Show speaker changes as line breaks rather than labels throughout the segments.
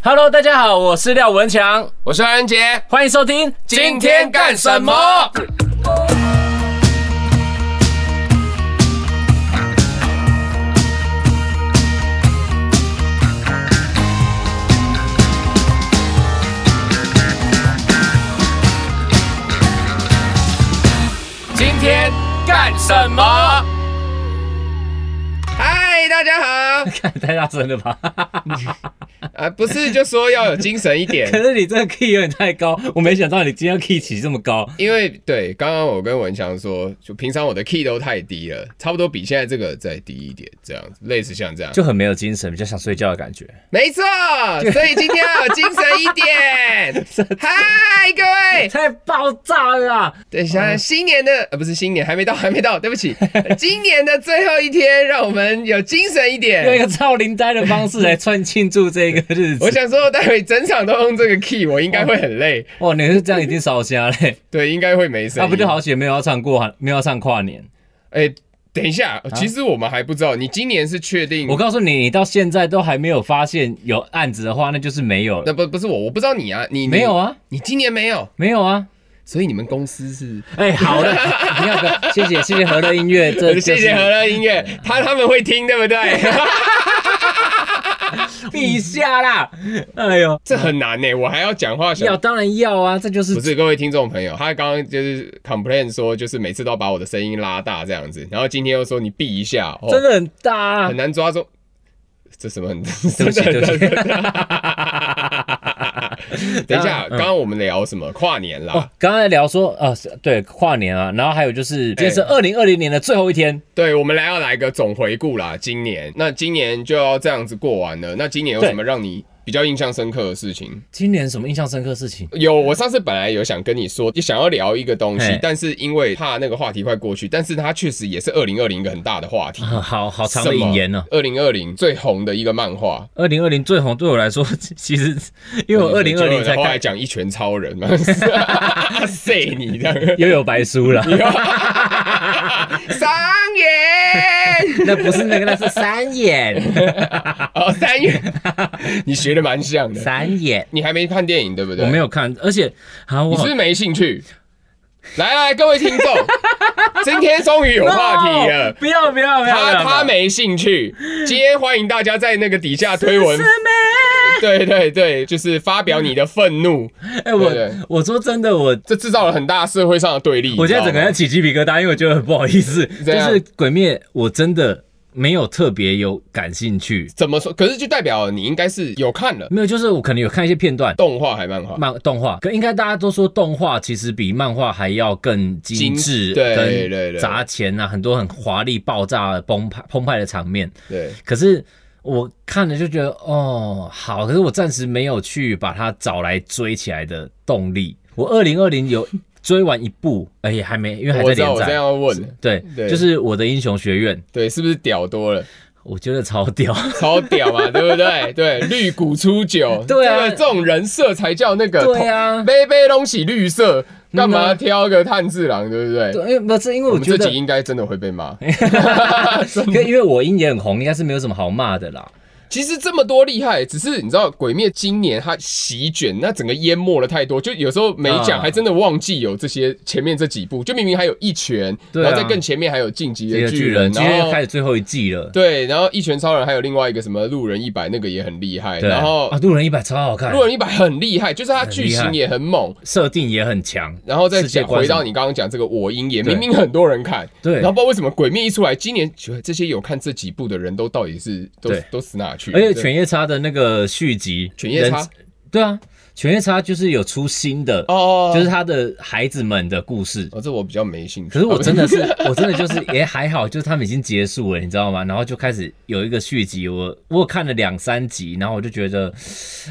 Hello，大家好，我是廖文强，
我是安杰，
欢迎收听。？
今天干什么？嗨，大家好！
看 太大声了吧？
啊，不是就说要有精神一点
可，是你这个 key 有点太高，我没想到你今天 key 起这么高。
因为对，刚刚我跟文强说，就平常我的 key 都太低了，差不多比现在这个再低一点，这样子，类似像这样，
就很没有精神，比较想睡觉的感觉。
没错。所以今天要有精神一 点。嗨，各位，
太爆炸了啦！
等一下，新年的呃不是新年，还没到，还没到，对不起，今年的最后一天，让我们有精神一
用一
点。
个超灵呆的方式来串庆祝这个日
我
子。
想说，待会整场都用这个 key，我应该会很累，
哇，哦你是这样已经烧瞎嘞！
对，应该会没声
啊，
音。
不就好久没有要唱过，没有要唱跨年。
哎、等一下，其实我们还不知道，你今年是确定？
我告诉你，你到现在都还没有发现有案子的话，那就是没有了
那。不不是我，我不知道你啊，你
没有，啊，
你你今年没有，
没有啊。
所以你们公司是？
哎、好 了，你要不要？谢谢谢谢和乐音乐，这、就是、
谢谢和乐音乐，他他们会听，对不 对？
陛下啦！哎呦，
这很难呢、我还要讲话
要
想。
当然要啊，这就是
不是各位听众朋友，他刚刚就是 complain 说，就是每次都要把我的声音拉大这样子，然后今天又说你闭一下，哦、
真的很大、啊
很。难抓住。这什么 很？
对
对
不起对不起
等一下，
嗯
刚刚我们聊什么？跨年啦。
哦，刚才聊说啊、是对跨年啊，然后还有就是，今天是
哎
二零二零年的最后一天，
对，我们来要来个总回顾啦。今年，那今年就要这样子过完了。那今年有什么让你比较印象深刻的事情？
今年什么印象深刻事情？
有，我上次本来有想跟你说，想要聊一个东西
嘿，
但是因为怕那个话题快过去，但是它确实也是二零二零一个很大的话题。
啊、好好长的引言哦呢、
二零二零最红的一个漫画，
二零二零最红对我来说， 其实因为我二零二零才
后来
看《
讲一拳超人嘛， 塞你这样。
又有白书》了，
三 元，
那不是那个，那是三眼，
哦，三元，你学的蛮像 的。
三眼。
你还没看电影对不对？
我没有看，而且啊，我
你是不是没兴趣？来来，各位听 众，今天终于有话题
No！
了。
不要不要不要，不
他
要
他没兴趣，今天欢迎大家在那个底下推文
是，没？
对对对，就是发表你的愤怒，
哎，
对
我我说真的，我
这制造了很大社会上的对立。
我现在
你
整
知
个
道吗
人起鸡皮疙瘩，因为我觉得很不好意思，
怎
就
样
是《鬼灭》，我真的没有特别有感兴趣，
怎么说？可是就代表你应该是有看了
没有，就是我可能有看一些片段。
动画还漫画。
漫动画，可应该大家都说动画其实比漫画还要更精致，
精对
跟
对对
砸钱啊，很多很华丽、爆炸、崩派、澎湃的场面。
对，
可是我看了就觉得哦好，可是我暂时没有去把它找来追起来的动力。我二零二零有 追完一部，哎、也还没，因为还在
我知
连
道我这
载。
样问，
对，
对
就是我的英雄学院，
对，是不是屌多了？
我觉得超 屌。
超屌 嘛，对不对？对，绿谷出酒，
对啊
这个这种人设才叫那个
对啊嗯
杯杯东西绿色，干嘛挑个炭治郎，对不对？
对，因为不是因为
我
我
们
觉
这
得
集，应该真的会被骂。
因为因为我鹰也很红，应该是没有什么好骂的啦。
其实这么多厉害，只是你知道，《鬼灭》今年它席卷，那整个淹没了太多，就有时候没
啊
讲，还真的忘记有这些前面这几部，就明明还有一拳，
对啊
然后在更前面还有进击
这
的
个巨
巨
人
人，
今
然
天
后
开始最后一季了，
对，然后一拳超人还有另外一个什么路人一百，那个也很厉害，
对，
然后
啊，。路人一百超好看，
路人一百很厉害，就是它剧
很
情
厉
也很猛，
设定也很强，
然后再
世界
讲
观
回
什么
到你刚刚讲这个我鹰眼，
对
明明很多人看，
对
然后不知道为什么《鬼灭》一出来，今年觉得这些有看这几部的人都到底是都
对
都死哪去了？
而且
对
犬夜叉的那个续集，
犬夜叉
人，对啊，犬夜叉就是有出新的，
哦，
就是他的孩子们的故事。
哦，这我比较没兴趣。
可是我
啊
真的是， 我真的就是也还好，就是他们已经结束了，你知道吗？然后就开始有一个续集，我我有看了两三集，然后我就觉得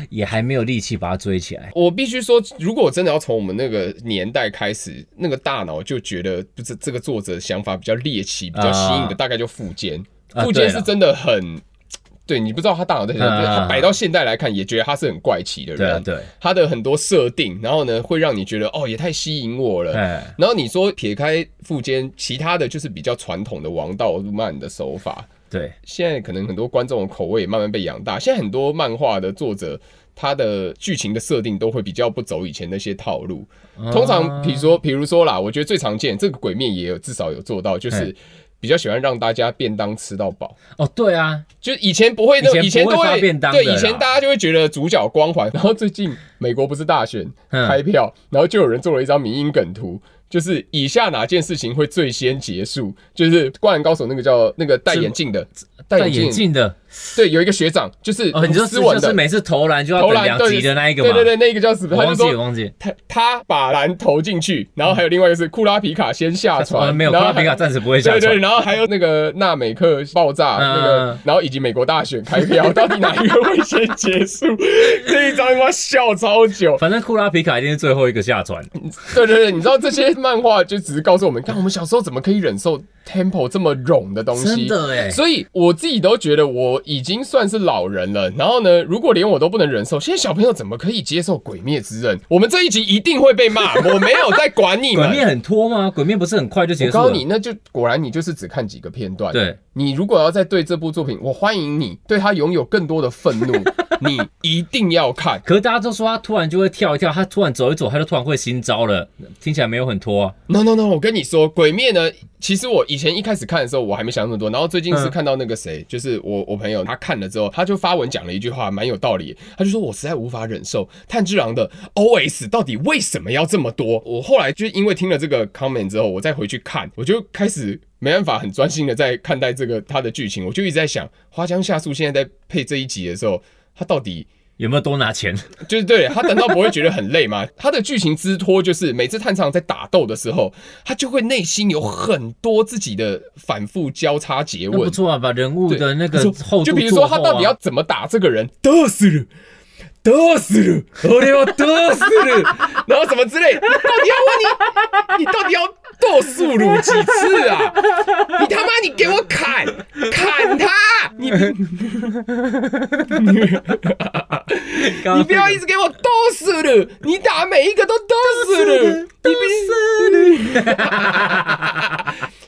也还没有力气把它追起来。
不我必须说，如果我真的要从我们那个年代开始，那个大脑就觉得不是这个作者想法比较猎奇、比较新颖
啊
的，大概就富坚。
啊
富
对
坚
了
是真的很，对你不知道他大脑在想什
啊
么，就是他摆到现代来看，也觉得他是很怪奇的
对啊，
人。
对，
他的很多设定，然后呢，会让你觉得哦，也太吸引我了。
哎，
然后你说撇开富坚，其他的就是比较传统的王道漫的手法。
对，
现在可能很多观众的口味也慢慢被养大，现在很多漫画的作者它的剧情的设定都会比较不走以前那些套路。
啊
通常，比如说，比如说啦，我觉得最常见，这个鬼面也有至少有做到，就是
嘿
比较喜欢让大家便当吃到饱。
哦，对啊，
就以前不会那种，
以
以
前
前
不会
都
发便当的
对，
啦
以前大家就会觉得主角光环。然后最近美国不是大选
嗯
开票，然后就有人做了一张民音梗图，就是以下哪件事情会最先结束？就是《灌篮高手》那个叫那个戴眼镜的，
戴眼，镜的
对，有一个学长就是
哦，你说
斯
是
文
就
的
是每次投篮就要
投
等
篮
两
对
集的那一个嘛？
对对对，那个叫什么？
我
他就
忘记
说
我忘记，
他他把篮投进去，然后还有另外一个是库拉皮卡先下
哦
船，
没有，
然后
拉比
还
卡暂时不会下
对对，
船。
然后还有那个纳美克爆炸，
嗯
那个，然后以及美国大选开票，到底哪一个会先结束？ 这一张他妈笑超久。
反正库拉皮卡一定是最后一个下船，
对对对，你知道这些漫画就只是告诉我们，看我们小时候怎么可以忍受 tempo 这么冗的东
真
西。
的哎，
所以我自己都觉得我已经算是老人了。然后呢，如果连我都不能忍受，现在小朋友怎么可以接受《鬼灭之刃》？我们这一集一定会被骂，我没有在管 你
鬼
们。
面很拖吗？鬼面不是很快就结
我
束
告
了
诉？你，那就果然你就是只看几个片段。
对，
你如果要再对这部作品，我欢迎你对他拥有更多的愤 怒，你一定要看。
可是大家都说他突然就会跳一跳，他突然走一走，他就突然会新招了，听起来没有很拖啊。
No No No，我跟你说，《鬼灭》呢，其实我以前一开始看的时候，我还没想那么多。然后最近是
嗯
看到那个谁，就是我我朋友，他看了之后，他就发文讲了一句话，蛮有道理。他就说我实在无法忍受炭治郎的 OS 到底为什么要这么多。我后来就因为听了这个 comment 之后，我再回去看，我就开始。没办法，很专心的在看待这个他的剧情，我就一直在想，花江夏树现在在配这一集的时候，他到底
有没有多拿钱？
就是对他难道不会觉得很累吗？ 他的剧情之托就是每次探长在打斗的时候，他就会内心有很多自己的反复交叉诘
那不
问。
错啊，把人物
对
的那个
就
厚度
就比如
做
说
厚
他到底要
啊
怎么打这个人，得死了。得死了，我要得死了， 然后什么之类，你到底要问你，你到底要斗速辱几次啊？你他妈你给我砍砍他！你你不要一直给我斗死了，你打每一个都斗死了，你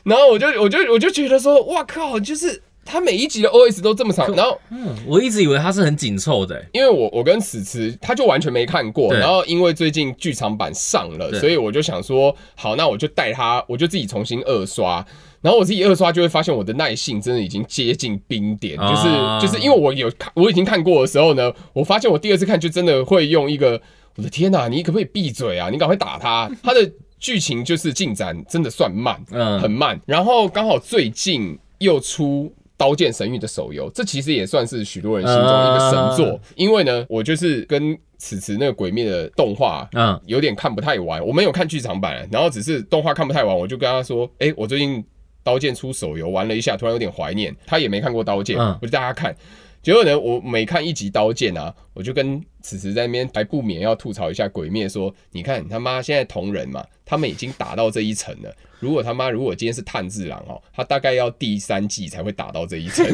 然后我就我就我就觉得说，哇靠，就是他每一集的 OS 都这么长，然后
嗯，我一直以为他是很紧凑的、欸，
因为我我跟此慈他就完全没看过，
对
然后因为最近剧场版上了，
对
所以我就想说，好，那我就带他，我就自己重新二刷。然后我自己二刷就会发现我的耐性真的已经接近冰点，就是、
啊
就是因为我有看我已经看过的时候呢，我发现我第二次看就真的会用一个我的天呐、你可不可以闭嘴啊？你赶快打他！他的剧情就是进展真的算慢，
嗯
很慢。然后刚好最近又出。《刀剑神域》的手游，这其实也算是许多人心中一个神作，因为呢，我就是跟此次那个《鬼灭》的动画，
嗯，
有点看不太完。我们有看剧场版，然后只是动画看不太完，我就跟他说：“哎、我最近《刀剑》出手游玩了一下，突然有点怀念。”他也没看过《刀剑》
嗯
我就带他看。结果呢，我每看一集《刀剑》啊，我就跟此时在那边还不免要吐槽一下《鬼灭》，说：“你看他妈现在同人嘛，他们已经打到这一层了。如果他妈如果今天是炭治郎哦，他大概要第三季才会打到这一层。”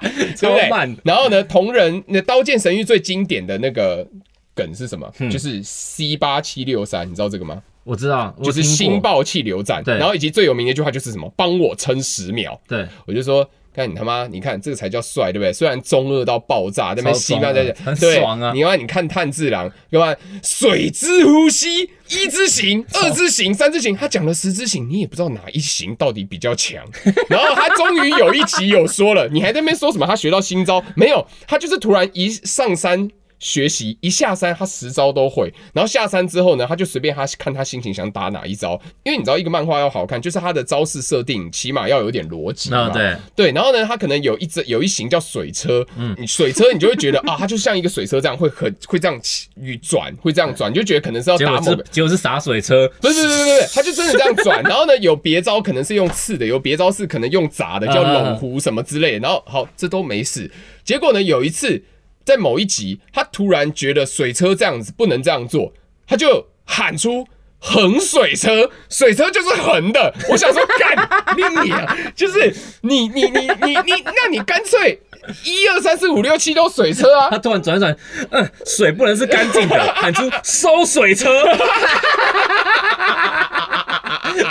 对
超
不对
慢，
然后呢，同人那《刀剑神域》最经典的那个梗是什么？
嗯
就是 C 八七六三，你知道这个吗？
我知道，我
就是
听过
星，爆气流斩。
对
然后以及最有名的一句话就是什么？帮我撑十秒。
对，
我就说。看你他妈，你看这个才叫帅，对不对？虽然中二到爆炸，那边西
超爽
班在
的
这，
很
对，
爽啊
你看，你看炭治郎，对吧？水之呼吸，一之行、二之行、三之行，他讲了十之行，你也不知道哪一行到底比较强。 然后他终于有一集有说了，你还在那边说什么？他学到新招没有？他就是突然一上山。学习一下山，他十招都会。然后下山之后呢，他就随便他看他心情想打哪一招，因为你知道一个漫画要好看，就是他的招式设定起码要有点逻辑嘛。
啊对，
对，然后呢，它可能有一只有一型叫水车，嗯，你水车你就会觉得啊，它就像一个水车这样，会很会这样起与转，会这样转，你就觉得可能是要
结
打
果
某
是
个。
结果是洒水车，
不是不是不是不是，它就真的这样转，然后呢，有别招可能是用刺的，有别招是可能用砸的，
嗯
叫
嗯嗯
龙湖什么之类的。然后好，这都没事。结果呢，有一次在某一集，他突然觉得水车这样子不能这样做，他就喊出横水车，水车就是横的。我想说，干你你啊，就是你你你你你，那你干脆一二三四五六七都水车 啊
他，突然转一转，嗯，水不能是干净的，喊出收水车，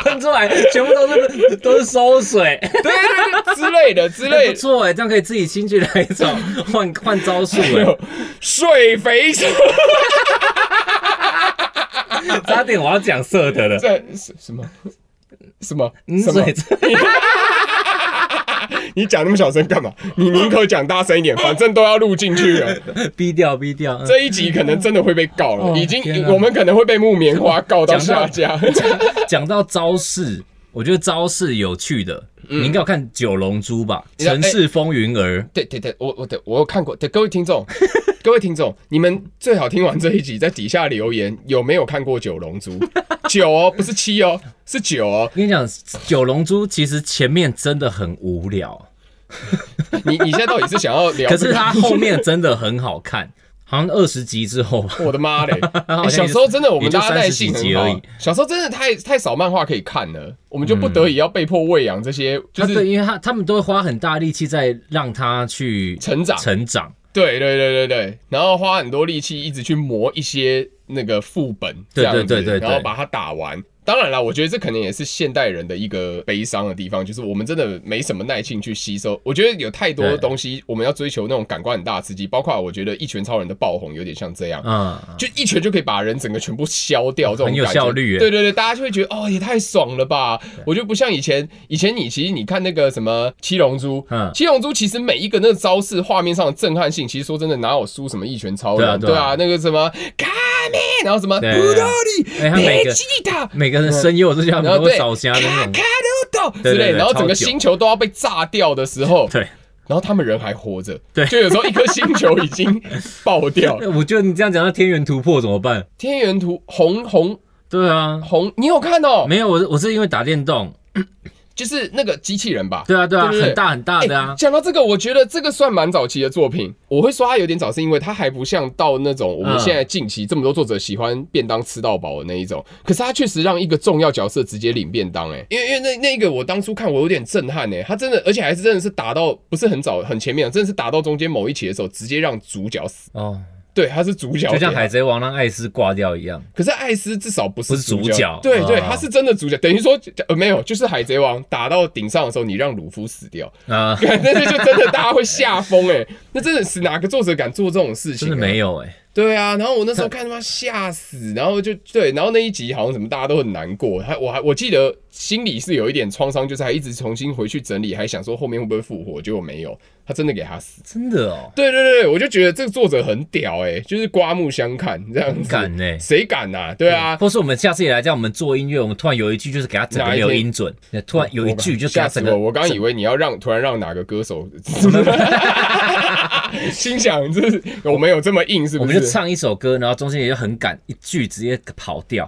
喷出来全部都是都是馊水，
对对对，之类的之类
不
的，
错哎，这样可以自己亲自来一种换换招数
还
哎
有，水肥车，
欸差点我要讲色的了，
这什什么什么
嗯，
什么
水？车
你讲那么小声干嘛？你宁可讲大声一点，反正都要录进去 了。
逼掉逼掉，嗯
这一集可能真的会被告了，
哦
已经
天啊
我们可能会被木棉花告到
讲到
下架。
讲到招式，我觉得招式有趣的，你应该有看《九龙珠》吧，《
嗯你看
城市风云儿》
对对对，我我对我有看过。对各位听 众，各位听众，你们最好听完这一集，在底下留言有没有看过《九龙珠》？九哦，不是七哦，是九哦。
我跟你讲，《九龙珠》其实前面真的很无聊，
你你现在到底是想要聊、
可
这
是
个
它后面真的很好看， 好像二十集之 后吧。啊
我的妈嘞！
好像
欸小
也
时候真的我
也
们
就
大家
30
耐
几
性很
集
好
而
啊
已，
小时候真的太太少漫画可以看了，我们就不得已要被迫喂养这些，就
嗯他
是
对，因为他他们都会花很大力气在让他去
成长
成长，
对对对对对，然后花很多力气一直去磨一些那个副本，
对
这样子
对对对对
然后把它打完。当然啦，我觉得这可能也是现代人的一个悲伤的地方，就是我们真的没什么耐性去吸收。我觉得有太多
对
东西，我们要追求那种感官很大的刺激，包括我觉得《一拳超人》的爆红有点像这样，
嗯，
就一拳就可以把人整个全部消掉，这种
很有
感觉
效率耶
对对对，大家就会觉得哦，也太爽了吧！我觉得不像以前，以前你其实你看那个什么《七龙珠》，
嗯
七龙珠》其实每一个那个招式画面上的震撼性，其实说真的哪有输什么一拳超人？
对啊对啊
那个什么卡梅，然后什么布
对啊
多利、
哎他每个
贝吉塔。
每个人声优都像很
然 后
多
对，
少虾的那
卡
种，
卡鲁斗
对对
之类，
对
然后整个
超久
星球都要被炸掉的时候，
对。
然后他们人还活着，
对
就有时候一颗星球已经爆掉 了。
那我觉得你这样讲到天元突破怎么办？
天元图红红
对啊，
红，你有看哦？
没有，我是我是因为打电动，
就是那个机器人吧？
对啊对啊，
对对对
很大很大
哎，
的啊，
讲到这个，我觉得这个算蛮早期的作品。我会说它有点早，是因为它还不像到那种我们
嗯
现在近期这么多作者喜欢便当吃到饱的那一种。可是它确实让一个重要角色直接领便当、欸，因为因为那那个我当初看我有点震撼、欸，他真的，而且还是真的是打到不是很早很前面，啊真的是打到中间某一期的时候，直接让主角死。
哦，
对，啊他是主角，
就像海贼王让艾斯挂掉一样，
可是艾斯至少不是
不是主角
对对，
啊
他是真的主角，等于说呃没有，就是海贼王打到顶上的时候，你让鲁夫死掉，
啊，
那那就真的大家会吓疯哎，那真的是哪个作者敢做这种事情、啊
真的没。有哎，
对啊，然后我那时候看他妈吓死，然后就对，然后那一集好像什么大家都很难过，还我还我记得心里是有一点创伤，就是还一直重新回去整理，还想说后面会不会复活，结果没有，他真的给他死。
真的哦，
对对对，对我就觉得这个作者很屌哎、就是刮目相看这样
很
子。
敢哎。
谁敢呐、对啊，
或是我们下次也来这样，我们做音乐，我们突然有一句就是给他整个留音准，突然有一句就给
吓
他
死
整
我！
个
我刚以为你要让突然让哪个 歌手，心想这是我们有这么硬是
我
不？
们就是唱一首歌，然后中间也就很赶，一句直接跑掉。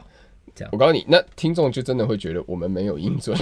我告诉你，那听众就真的会觉得我们没有 音准。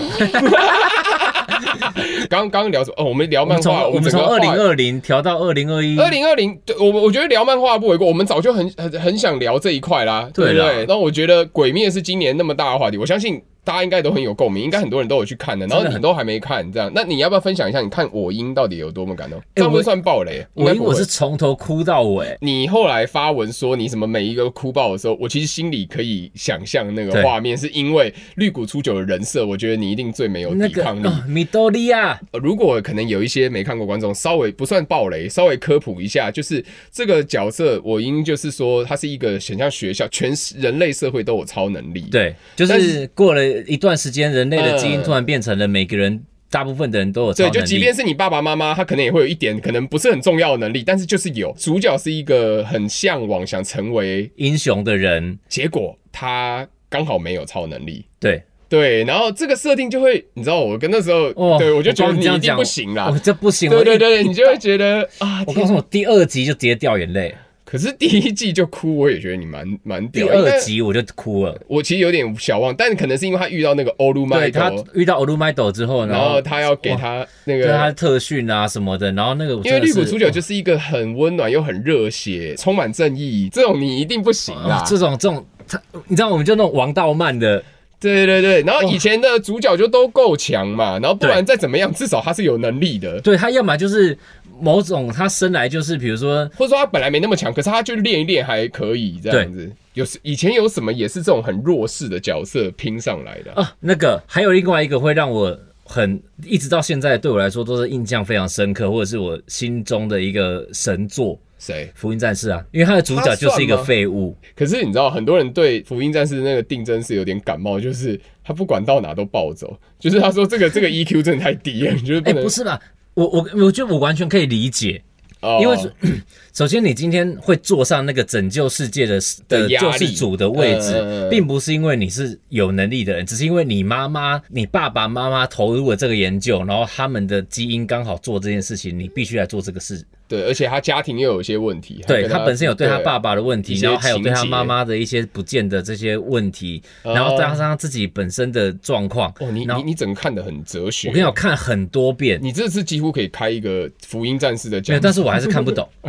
刚刚聊什么？哦，我们聊
我们
漫
从
画，
我们从二
整个
零
画
二零调到二零二一，
二零二零，对我们我觉得聊漫画不为过，我们早就很很很想聊这一块啦，
对
对
啦
不对？那我觉得《鬼灭》是今年那么大的话题，我相信大家应该都很有共鸣，应该很多人都有去看的，然
真
后
的
你
很
都还没看，这样，那你要不要分享一下你看我音到底有多么感动？这样
我
不是算暴雷？应
我
该
因为
不会
我是从头哭到尾，
你后来发文说你什么每一个哭爆的时候，我其实心里可以想象那
对
个画面，是因为绿谷出久的人设，我觉得你一定最没有
那
抵
个
抗力。
啊米多利亚，
呃如果可能有一些没看过观众，稍微不算暴雷，稍微科普一下，就是这个角色，我应就是说，他是一个很像学校，全人类社会都有超能力。，
对，就
但
是
是
过了一段时间，人类的基因
嗯
突然变成了每个人大部分的人都有超
对，就
能
即
力
便。是你爸爸妈妈，他可能也会有一点可能不是很重要的能力，但是就是有。主角是一个很向往想成为，
英雄的人，
结果他刚好没有超能力。
对，
对，然后这个设定就会，你知道，我跟那时候，
哦
对我就觉
我
得
光
你
这样
一定
讲
不行啦
我。这不行，
啊对
我
对
一
对，你就会觉得啊，
我告诉我第二集就直接掉眼泪，
可是第一季就哭，我也觉得你蛮蛮
第
屌。应
二
该
集我就哭了。
我其实有点小忘，但可能是因为他遇到那个欧鲁麦
对他
头，
遇到 o l u m i d o 之后，
然后他要给他那
对他的
个，
特训啊什么的，然后那个
因为绿谷
出
出久就是一个很温暖又很热血、充满正义，这种你一定不行啊啦。
这种这种他，你知道我们就那种王道漫的，
对对对，然后以前的主角就都够强嘛，然后不然再怎么样，至少他是有能力的。
对他要么就是某种他生来就是比如说
或者说他本来没那么强，可是他就练一练还可以这样子。有时以前有什么也是这种很弱势的角色拼上来的啊、
啊，那个还有另外一个会让我很一直到现在对我来说都是印象非常深刻，或者是我心中的一个神作《
谁？
福音战士》啊，因为它的主角就是一
它算
个
吗
废物，
可是你知道，很多人对《福音战士》那个定真是有点感冒，就是他不管到哪都暴走，就是他说这 个这个 EQ 真的太低了，就是不
哎、
能。
不是吧？我我我觉得我完全可以理解，
哦
因为是 首先你今天会坐上那个拯救世界的
的
的
压
救
力
世主的位置
嗯嗯嗯，
并不是因为你是有能力的人，只是因为你妈妈、你爸爸妈妈投入了这个研究，然后他们的基因刚好做这件事情，你必须来做这个事。
对，而且他家庭又有一些问题，还
对
跟
他本身有对他爸爸的问
一
题，
些
然后还有对他
情节
妈妈的一些不见的这些问题，然后再加上他自己本身的状况。
哦，你
然
你
后
你整个看得很哲学。
我跟你讲，我看很多遍，
你这次几乎可以开一个《福音战士》的
没
讲
有，，但是我还是看不懂。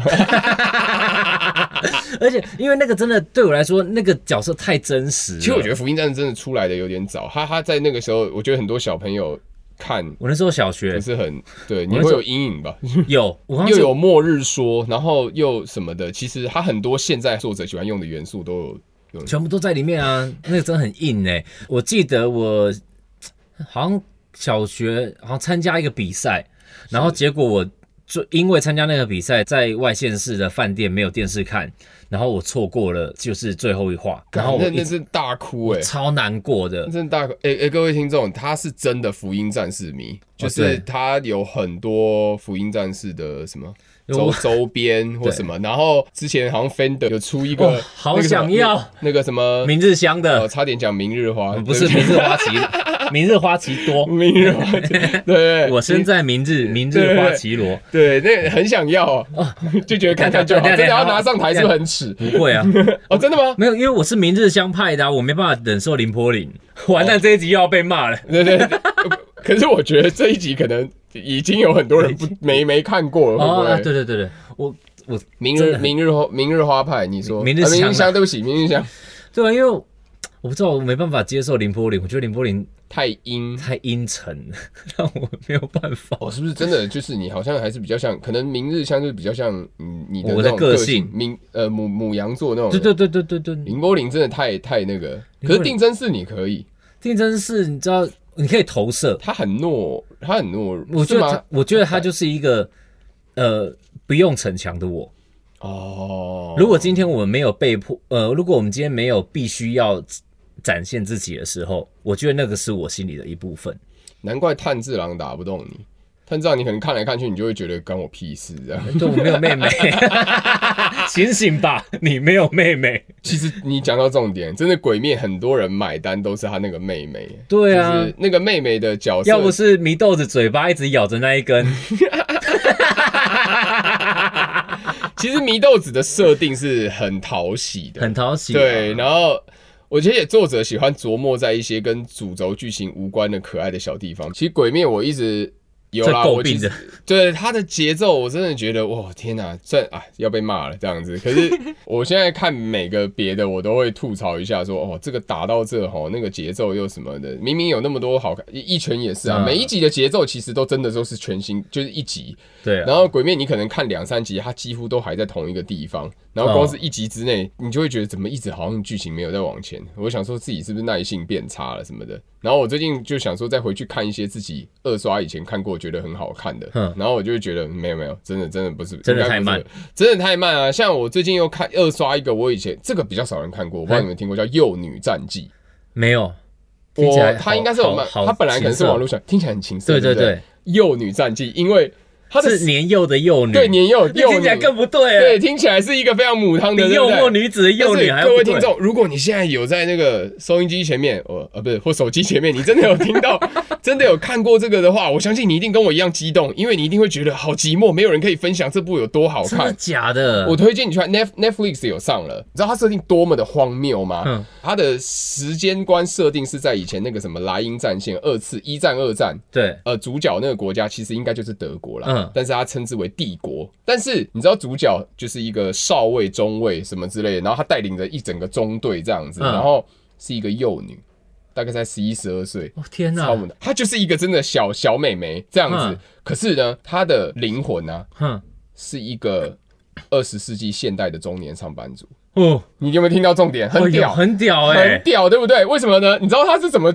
而且，因为那个真的对我来说，那个角色太真实了。
其实我觉得《福音战士》真的出来的有点早，哈哈，在那个时候，我觉得很多小朋友看
我那时候小
不
学
是很对，你
那时
会
候
有阴影吧？
有，我刚
又有末日说，然后又什么的，其实它很多现在作者喜欢用的元素都有。
全部都在里面啊，那个真的很硬哎、我记得我好像小学好像参加一个比赛，然后结果我就因为参加那个比赛，在外县市的饭店没有电视看，然后我错过了就是最后一话，然后我
那
一
那
直
是大哭哎、
超难过的
那。真的大哭哎哎、各位听众，他是真的福音战士迷，就
哦对
是他有很多福音战士的什么
有
周周边或什么，然后之前好像 Fender 有出一个
哦，好
那个什么
想要
那那个什么，
明日香的嗯
哦，差点讲明日花，
不是
对
明日花绮，明日花绮多。
明 日花，对对，
我身在明日，明日花绮罗。
对，那很想要
哦
啊，就觉得看看就好，
等一
真
下
的要
等一下
拿上台是不是很耻？
不会啊，
哦，真的吗？
没有，因为我是明日香派的、啊，我没办法忍受林柏林。完蛋，这一集又要被骂了。
对对，对可是我觉得这一集可能已经有很多人 不没没看过了，会不
哦，啊
会？
对对对对，我我
明
真
日
的
明日花明日花派，你说
明日
啊
香
明日香，
啊
对不起，明日香
对啊，因为我我不知道，我没办法接受林柏林，我觉得林柏林
太阴。
太阴沉了，让我没有办法。
哦，是不是真的？就是你好像还是比较像，可能明日香就是比较像你你的
我
那
的
种
个
性
性，
明呃母母羊座那种
对
人。
对对对对对，
林柏林真的太太那个，
林
可是
柏林
定真寺你可以，
定真是你知道，你可以投射，
他很懦，他很懦弱，
我觉得
是吗
他，我觉得他就是一个呃不用逞强的我。
哦，
如果今天我们没有被迫，呃，如果我们今天没有必须要展现自己的时候，我觉得那个是我心里的一部分。
难怪炭治郎打不动你，炭治郎你可能看来看去，你就会觉得关我屁事这样。
对我啊没有妹妹， 醒醒吧，你没有妹妹。
其实你讲到重点，真的《鬼灭》很多人买单都是他那个妹妹，
对啊，
就是那个妹妹的角色，
要不是祢豆子嘴巴一直咬着那一根，
其实祢豆子的设定是很讨喜的，
很讨喜、啊
对，，然后。我觉得也作者喜欢琢磨在一些跟主轴剧情无关的可爱的小地方。其实《鬼灭》我一直有啦，
这诟
我其
病
实
的
对它的节奏，我真的觉得哇天哪，这啊要被骂了这样子。可是我现在看每个别的，我都会吐槽一下说哦，这个打到这吼，那个节奏又什么的，明明有那么多好看，一一拳也是
嗯
啊，每一集的节奏其实都真的都是全新，就是一集，
对啊，
然后《鬼灭》你可能看两三集，它几乎都还在同一个地方，然后光
哦
是一集之内，你就会觉得怎么一直好像剧情没有在往前。我想说自己是不是耐性变差了什么的。然后我最近就想说再回去看一些自己二刷以前看过觉得很好看的
哼，
然后我就会觉得没有没有，真的真的不是，
真的
应该
太
不是
慢，
真的太慢啊！像我最近又看二刷一个，我以前这个比较少人看过，我不知道你们听过叫《幼女战记》。
没有，听起
我
来
他
好
应该是我
好
们，
好
他本来可能是
情色
网络上听起来很情色，
对
对
对
不对，《
对，
幼女战记》，因为他的
是年幼的幼女，
对年幼
那
幼
听起来
女
更不对啊，
对，听起来是一个非常母汤的，
比
对
幼
不对
末女子的幼女还要
但是各位
不
听
对。
众，如果你现在有在那个收音机前面，哦呃不是或手机前面，你真的有听 到，真的有看过这个的话，我相信你一定跟我一样激动，因为你一定会觉得好寂寞，没有人可以分享这部有多好
真的
看。
假的？
我推荐你去看 Net Netflix 有上了，你知道它设定多么的荒谬吗？
嗯
它的时间观设定是在以前那个什么莱茵战线二次一战二战，
对
呃，主角那个国家其实应该就是德国啦，
嗯
但是他称之为帝国。但是你知道主角就是一个少尉、中尉什么之类的，然后他带领着一整个中队这样子，
嗯
然后是一个幼女，大概在十一、十二岁，
哦天哪
超，萌的。她就是一个真的小小美眉这样子，
嗯
可是呢，她的灵魂呢、
哼，
是一个二十世纪现代的中年上班族。
哦，
你有没有听到重点？
哦
很
有
屌，欸
很屌哎、
很屌，对不对？为什么呢？你知道他是怎么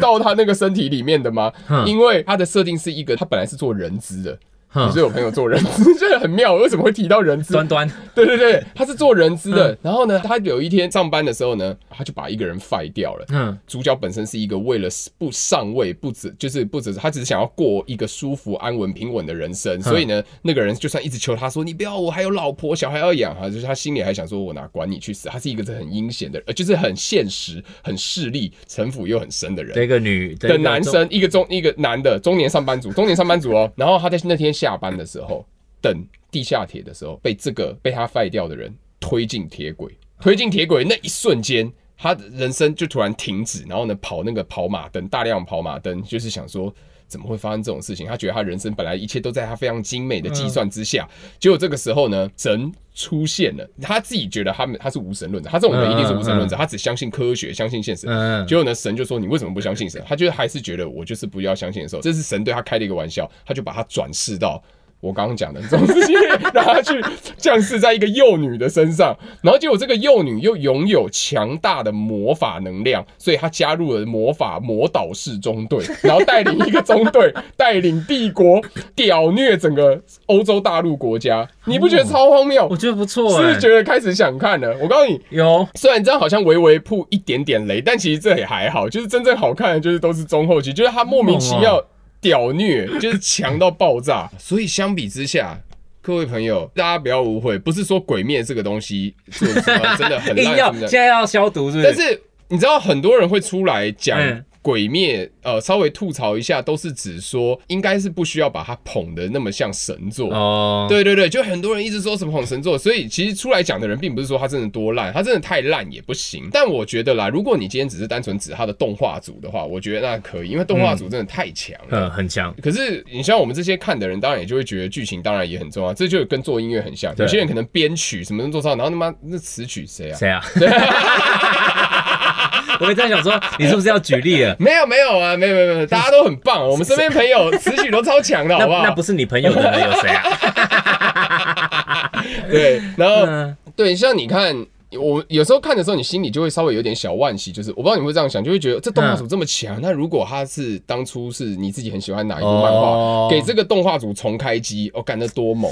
到他那个身体里面的吗？
嗯
因为他的设定是一个，他本来是做人资的，
哼
所以我朋友做人资， 觉得很妙。为什么会提到人资？
端端，
对对对，他是做人资的。然后呢，他有一天上班的时候呢，他就把一个人废掉了。
嗯
主角本身是一个为了不上位，不止就是不只是他只是想要过一个舒服、安稳、平稳的人生，所以呢，那个人就算一直求他说你不要，我还有老婆小孩要养啊，就是他心里还想说我哪管你去死，他是一个很阴险的，呃，就是很现实、很势利、城府又很深的人。
的一个女的
的
一个
男
中，
生，一个中一个男的中年上班族，中年上班族 哦。然后他在那天下班的时候，等地下铁的时候，被这个被他废掉的人推进铁轨，推进铁轨那一瞬间。他的人生就突然停止，然后呢，跑那个跑马灯，大量跑马灯，就是想说怎么会发生这种事情？他觉得他人生本来一切都在他非常精美的计算之下，
嗯
结果这个时候呢，神出现了，他自己觉得他们他是无神论者，他这种人一定是无神论者，他只相信科学，相信现实，
嗯，
结果呢，神就说你为什么不相信神？他就还是觉得我就是不要相信的时候，这是神对他开了一个玩笑，他就把他转世到。我刚刚讲的这种事情，让他去降世在一个幼女的身上，然后结果这个幼女又拥有强大的魔法能量，所以她加入了魔法魔导士中队， 然后带领一个中队，带领帝国 屌虐整个欧洲大陆国家，你不觉得超荒谬
我？觉得不错
是不
哎、
是觉得开始想看了？我告诉你，
有
虽然这样好像微微铺一点点雷，但其实这也还好，就是真正好看的就是都是中后期，就是他莫名其妙屌虐，就是强到爆炸。所以相比之下。各位朋友，大家不要误会，不是说《鬼灭》这个东西做得什么真的很
硬
烂
要
什么
现
的，
在要消毒是不
但
是？
是你知道很多人会出来讲
嗯
《鬼灭》，呃，稍微吐槽一下，都是指说应该是不需要把它捧得那么像神作，
哦，
对对对，就很多人一直说什么哄神作，所以其实出来讲的人并不是说他真的多烂，他真的太烂也不行。但我觉得啦，如果你今天只是单纯指他的动画组的话，我觉得那可以，因为动画组真的太强了。
嗯，很强，
可是你像我们这些看的人，当然也就会觉得剧情当然也很重要，这就跟做音乐很像。
对
有些人可能编曲什么都做到，然后他妈那词曲谁 啊？
谁 啊？我也在想说，你是不是要举例了？
没有没有啊，没有没有没有，大家都很棒。我们身边朋友词曲都超强 的，
那
好不啊好？
那不是你朋友的人有谁 啊？
对，然后
嗯，
对，像你看，我有时候看的时候，你心里就会稍微有点小惋惜，就是我不知道你会这样想，就会觉得这动画组
嗯
这么强，那如果他是当初是你自己很喜欢哪一部漫画，
哦
给这个动画组重开机，哦，干得多猛！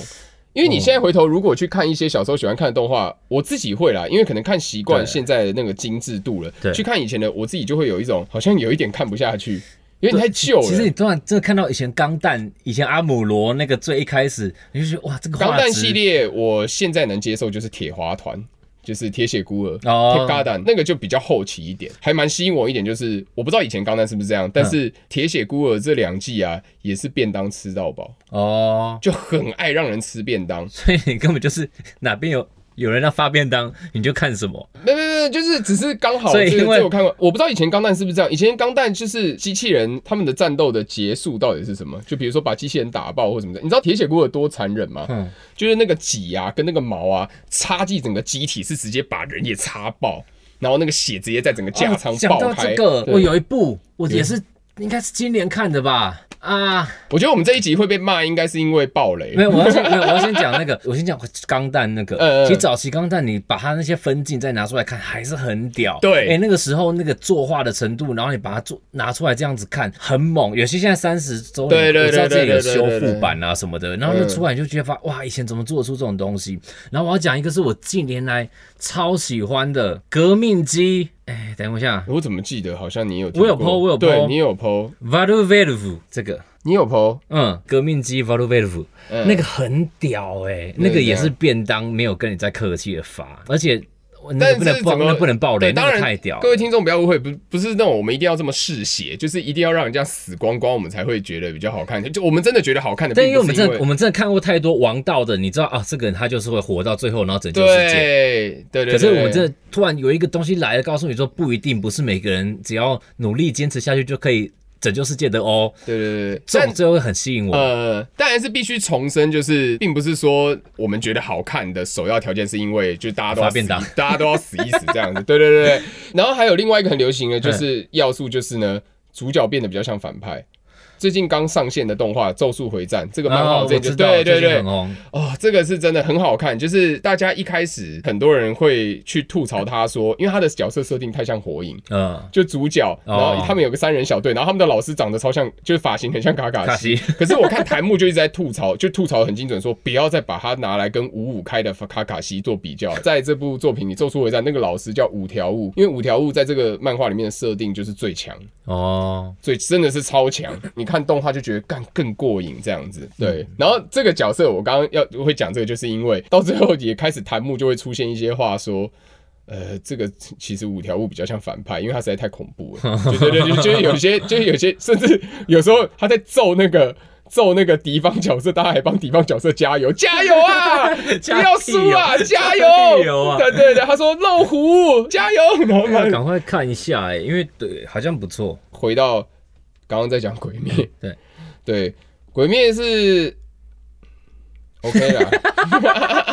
因为你现在回头如果去看一些小时候喜欢看的动画，我自己会啦，因为可能看习惯
对
现在的那个精致度
对
了，去看以前的，我自己就会有一种好像有一点看不下去，有点太旧了。
其实你突然真的看到以前钢弹、以前阿姆罗那个最一开始，你就觉得哇，这个
钢
画
弹
质
系列，我现在能接受就是铁滑团，就是铁血孤儿，
哦
铁嘎蛋那个就比较后期一点，还蛮吸引我一点。就是我不知道以前钢弹是不是这
嗯
样，但是铁血孤儿这两季啊，也是便当吃到饱，
哦，
就很爱让人吃便当。
所以你根本就是哪边有有人要发便当，你就看什么。
没没没，就是只是刚好，
所以
这个
因为
这个我看过，我不知道以前钢弹是不是这样。以前钢弹就是机器人他们的战斗的结束到底是什么？就比如说把机器人打爆或什么的。你知道铁血孤儿多残忍吗？
嗯
就是那个脊啊跟那个毛啊插进整个机体，是直接把人也插爆，然后那个血直接在整个
哦
架舱
讲
爆
到
开。
这个，
对
我有一部，我也是应该是今年看的吧？ 啊，
我觉得我们这一集会被骂，应该是因为爆雷
没。有，我要先没有，我要先讲那个，我先讲钢弹那
嗯
个。
嗯
其实早期钢弹，你把它那些分镜再拿出来看，还是很屌。
对
哎、那个时候那个作画的程度，然后你把它做拿出来这样子看，很猛。有些现在三十周年，
对对
我知道
对
这里有
对对
修
对嗯
复
对
版啊什么的，然后就出来你就觉得发哇，以前怎么做得出这种东西？然后我要讲一个是我近年来超喜欢的《革命机》。哎，等我一下
我怎么记得好像你有听
我有
过
po，我有 po
对你有 PO，
v a l u v e l v 这个。
你有 PO，
嗯，革命机 v a l u v e l v
嗯
那个很屌哎、那
那个
个也是
怎样
便当没有跟你再客气的发，而且我那
但
个不能
是
爆，
怎么
那不能爆雷，
对，当
那个
然
太屌了。
各位听众不要误会，不不是那种我们一定要这么嗜血，就是一定要让人家死光光，我们才会觉得比较好看。就我们真的觉得好看的，
但
并
因为我
不
们
是
真
因
的我们真的看过太多王道的，你知道啊，这个人他就是会活到最后，然后拯救世界。
对对对，
可是我们
对
真的突然有一个东西来了，告诉你说不一定，不是每个人只要努力坚持下去就可以拯救世界的哦。
对对对，
这
但
种就会很吸引我。
呃，当然是必须重申，就是并不是说我们觉得好看的首要条件是因为就是大家都要
发便
死
当
大家都要死一死这样子。 对对对对。然后还有另外一个很流行的，就是要素就是呢，主角变得比较像反派。最近刚上线的动画《咒术回战》这个漫画，
啊，
我
我
最近
知
就
道，
对对
最近
对
很，红，
哦，这个是真的很好看，就是大家一开始很多人会去吐槽 他说，因为他的角色设定太像火影，
嗯，
就主角，然后
哦
他们有个三人小队，然后他们的老师长得超像，就是发型很像卡卡
卡
西。
西
可是我看弹幕就一直在吐槽，就吐槽得很精准，说不要再把他拿来跟五五开的卡卡西做比较。在这部作品里，《咒术回战》那个老师叫五条悟，因为五条悟在这个漫画里面的设定就是最强，
哦，
最真的是超强。你看动画就觉得干更过瘾这样子。
嗯
对，然后这个角色我刚刚要会讲这个，就是因为到最后也开始弹幕就会出现一些话说。呃，这个其实五条悟比较像反派，因为他实在太恐怖了。对对对，就就是有些，就是有些，甚至有时候他在揍那个揍那个敌方角色，他还帮敌方角色加油，加油啊！不
加
要输啊，
屁哦
加
加
油！
油啊
对对对，他说漏壶，加油！然后
要
他
赶快看一下哎、因为对，好像不错，
回到刚刚在讲鬼灭，
对
对，鬼灭是 OK 啦。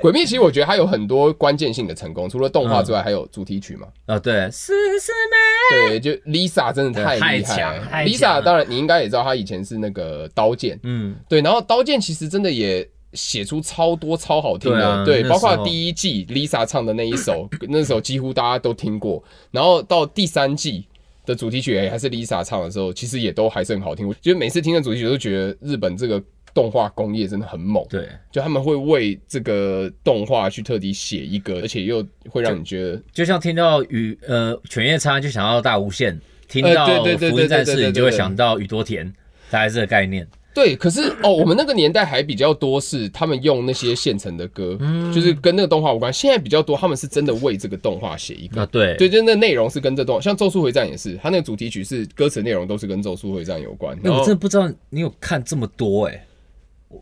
鬼灭其实我觉得它有很多关键性的成功，除了动画之
嗯
外，还有主题曲嘛。
啊， 对，是是吗？
对，就 Lisa 真的太厉
太
害
强
了。
太强
Lisa
了
当然你应该也知道，她以前是那个刀剑，
嗯，
对，然后刀剑其实真的也写出超多超好听的，
对啊
对，
那
包括
时候
第一季 Lisa 唱的那一首，那首几乎大家都听过，然后到第三季。的主题曲哎也还是 Lisa 唱的时候，其实也都还是很好听。我觉得每次听的主题曲都觉得日本这个动画工业真的很猛，
对，
就他们会为这个动画去特地写一个，而且又会让你觉得
就像听到雨呃犬夜叉就想到大无限，听
呃
到
对对对对
福音战
对对对
士你就会想到宇多田，大概是这个概念。
对，可是哦，我们那个年代还比较多是他们用那些现成的歌，
嗯
就是跟那个动画无关。现在比较多，他们是真的为这个动画写一个。
啊，对，
对，就是那内容是跟这动画，像《咒术回战》也是，它那个主题曲是歌词内容都是跟《咒术回战》有关。
哎
然
我
后
真的，不知道你有看这么多哎、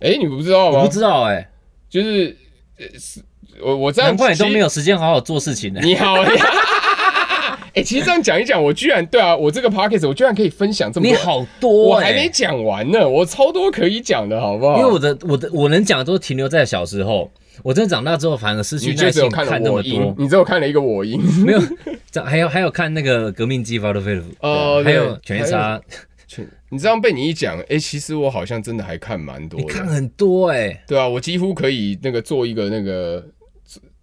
哎、你不知道
我
吗
不？知道哎、
就是，呃是我我这样
难怪你都
其实
没有时间好好做事情呢、
你好呀。哎、其实这样讲一讲，我居然对啊，我这个 p o c a s t 我居然可以分享这 么
你
多，
好多
我
哎、
还没讲完呢，我超多可以讲的，好不好？
因为我的我的我能讲的都停留在小时候，我真的长大之后反而失去
你就
耐
只有
心
看了
那
我
么
音
多，，
你只有看了一个我音。
没有，这还有还有看那个革命激发的飞虎，对
哦
啊还有
对
犬夜叉，
你这样被你一讲，哎、其实我好像真的还看蛮多
你看
的，
很多哎、
对啊，我几乎可以那个做一个那个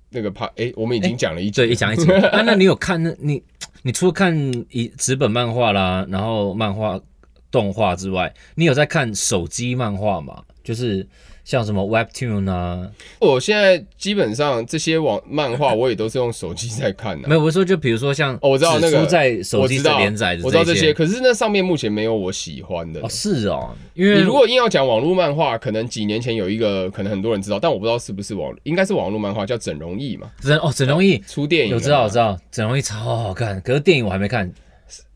那个怕，哎、我们已经讲了一集，
对，一讲 一集。啊，那你有看那你你除了看一纸本漫画啦，然后漫画动画之外，你有在看手机漫画吗？就是像什么 Webtoon 啊，
我现在基本上这些网漫画我也都是用手机在看的、
没有，我是说就比如说像
哦我知道那个
纸书在手
我
机
知
上
道
连载的
我知道这
些
些，。可是那上面目前没有我喜欢的
哦，。是哦，因
你
为
如果硬要讲网络漫画，可能几年前有一个，可能很多人知道，但我不知道是不是网，应该是网络漫画叫《整容艺》嘛，
整哦整容易，
出电影啊
我
的
知道
嘛
我知道，整容易超好看，可是电影我还没看，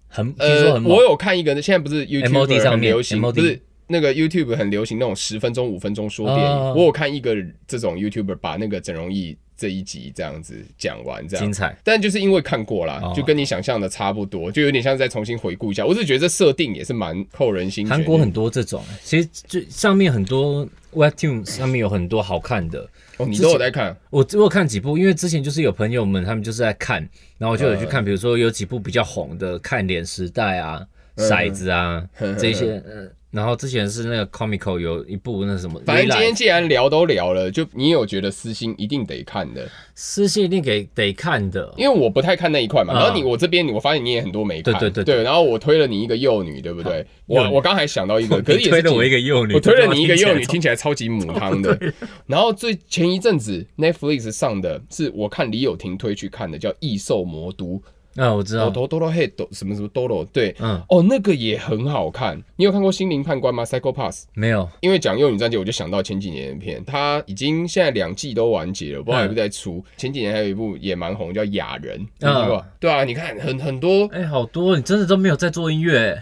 很听说
呃，
很猛
我有看一个，现在不是 YouTube
MOD 上面
很流行，
MOD
不是那个 YouTube 很流行那种十分钟、五分钟说电影。
哦
我有看一个这种 YouTuber 把那个整容艺这一集这样子讲完，这样
精。彩。
但就是因为看过啦，
哦
就跟你想象的差不多，就有点像是再重新回顾一下。我只是觉得这设定也是蛮扣人心弦
韩
的。
国很多这种，其实就上面很多 Webtoon 上面有很多好看的，
哦，你都有在看，
我我有看几部，因为之前就是有朋友们他们就是在看，然后我就有去看，比如说有几部比较红的《看脸时代》啊，骰子》啊
嗯
这一些，呃然后之前是那个 Comico 有一部那什么，
反正今天
Relight，
既然聊都聊了，就你有觉得私心一定得看的，
私信一定给得看的，
因为我不太看那一块嘛，
嗯
然后你我这边我发现你也很多没看，
对对对
对然后我推了你一个幼女，对不对？
幼
我
女
我刚还想到一个，可是也
你推
是
了
几
我一个幼女，
我推了你一个幼女，
听
听起来超级母汤
哦
的。然后最前一阵子 Netflix 上的是我看李友廷推去看的，叫《异兽魔都》，
起来，啊，我知道
哦，，多多罗黑多什么什么多罗，对，
嗯，
哦，那个也很好看。你有看过《心灵判官》吗？Psycho Pass。
没有，
因为讲幼女战记，我就想到前几年的片，它已经现在两季都完结了，不知
嗯
道有没有在出。前几年还有一部也蛮红，叫《雅人》，你有听过？对啊，你看很很多
哎 哎，好多，你真的都没有在做音乐，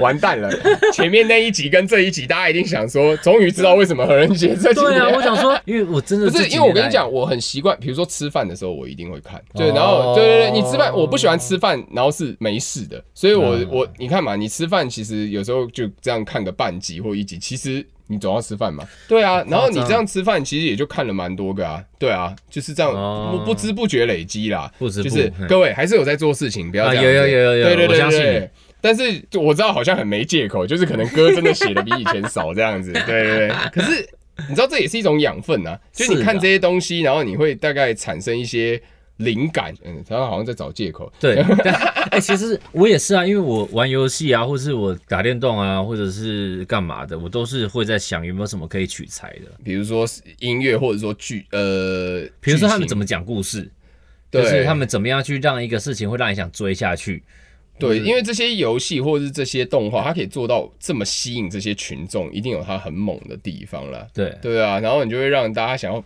完蛋了！ 前面那一集跟这一集，大家一定想说，终于知道为什么何仁杰这几
对啊，
年
我想说，因为我真的
不
这
是
几
因为我
年
跟
来
你讲，我很习惯，比如说吃饭的时候，我一定会看。对，
哦
然后对对对，你吃饭，我不喜欢吃饭，然后是没事的，所以我
嗯
我你看嘛，你吃饭其实有时候就这样看个半集或一集，其实你总要吃饭嘛。对啊，然后你这样吃饭，其实也就看了蛮多个啊。对啊，就是这样，
哦
不不知不觉累积啦。
不知不
就是
嗯
各位还是有在做事情，不要
啊
这样子。
有有有有有
对对对
我相信
对
你
但是就我知道好像很没借口，就是可能歌真的写的比以前少这 样子，对对对。可是你知道这也是一种养分啊，就是你
是
看
啊
这些东西，然后你会大概产生一些灵感。嗯，他好像在找借口。
对， 但哎、其实我也是啊，因为我玩游戏啊，或是我打电动啊，或者是干嘛的，我都是会在想有没有什么可以取材的。
比如说音乐，或者说剧，呃，
比如说他们
剧情
怎么讲故事，就
对
是他们怎么样去让一个事情会让你想追下去。
对，
嗯
因为这些游戏或者是这些动画，它可以做到这么吸引这些群众，一定有它很猛的地方啦。
对，
对啊，然后你就会让大家想要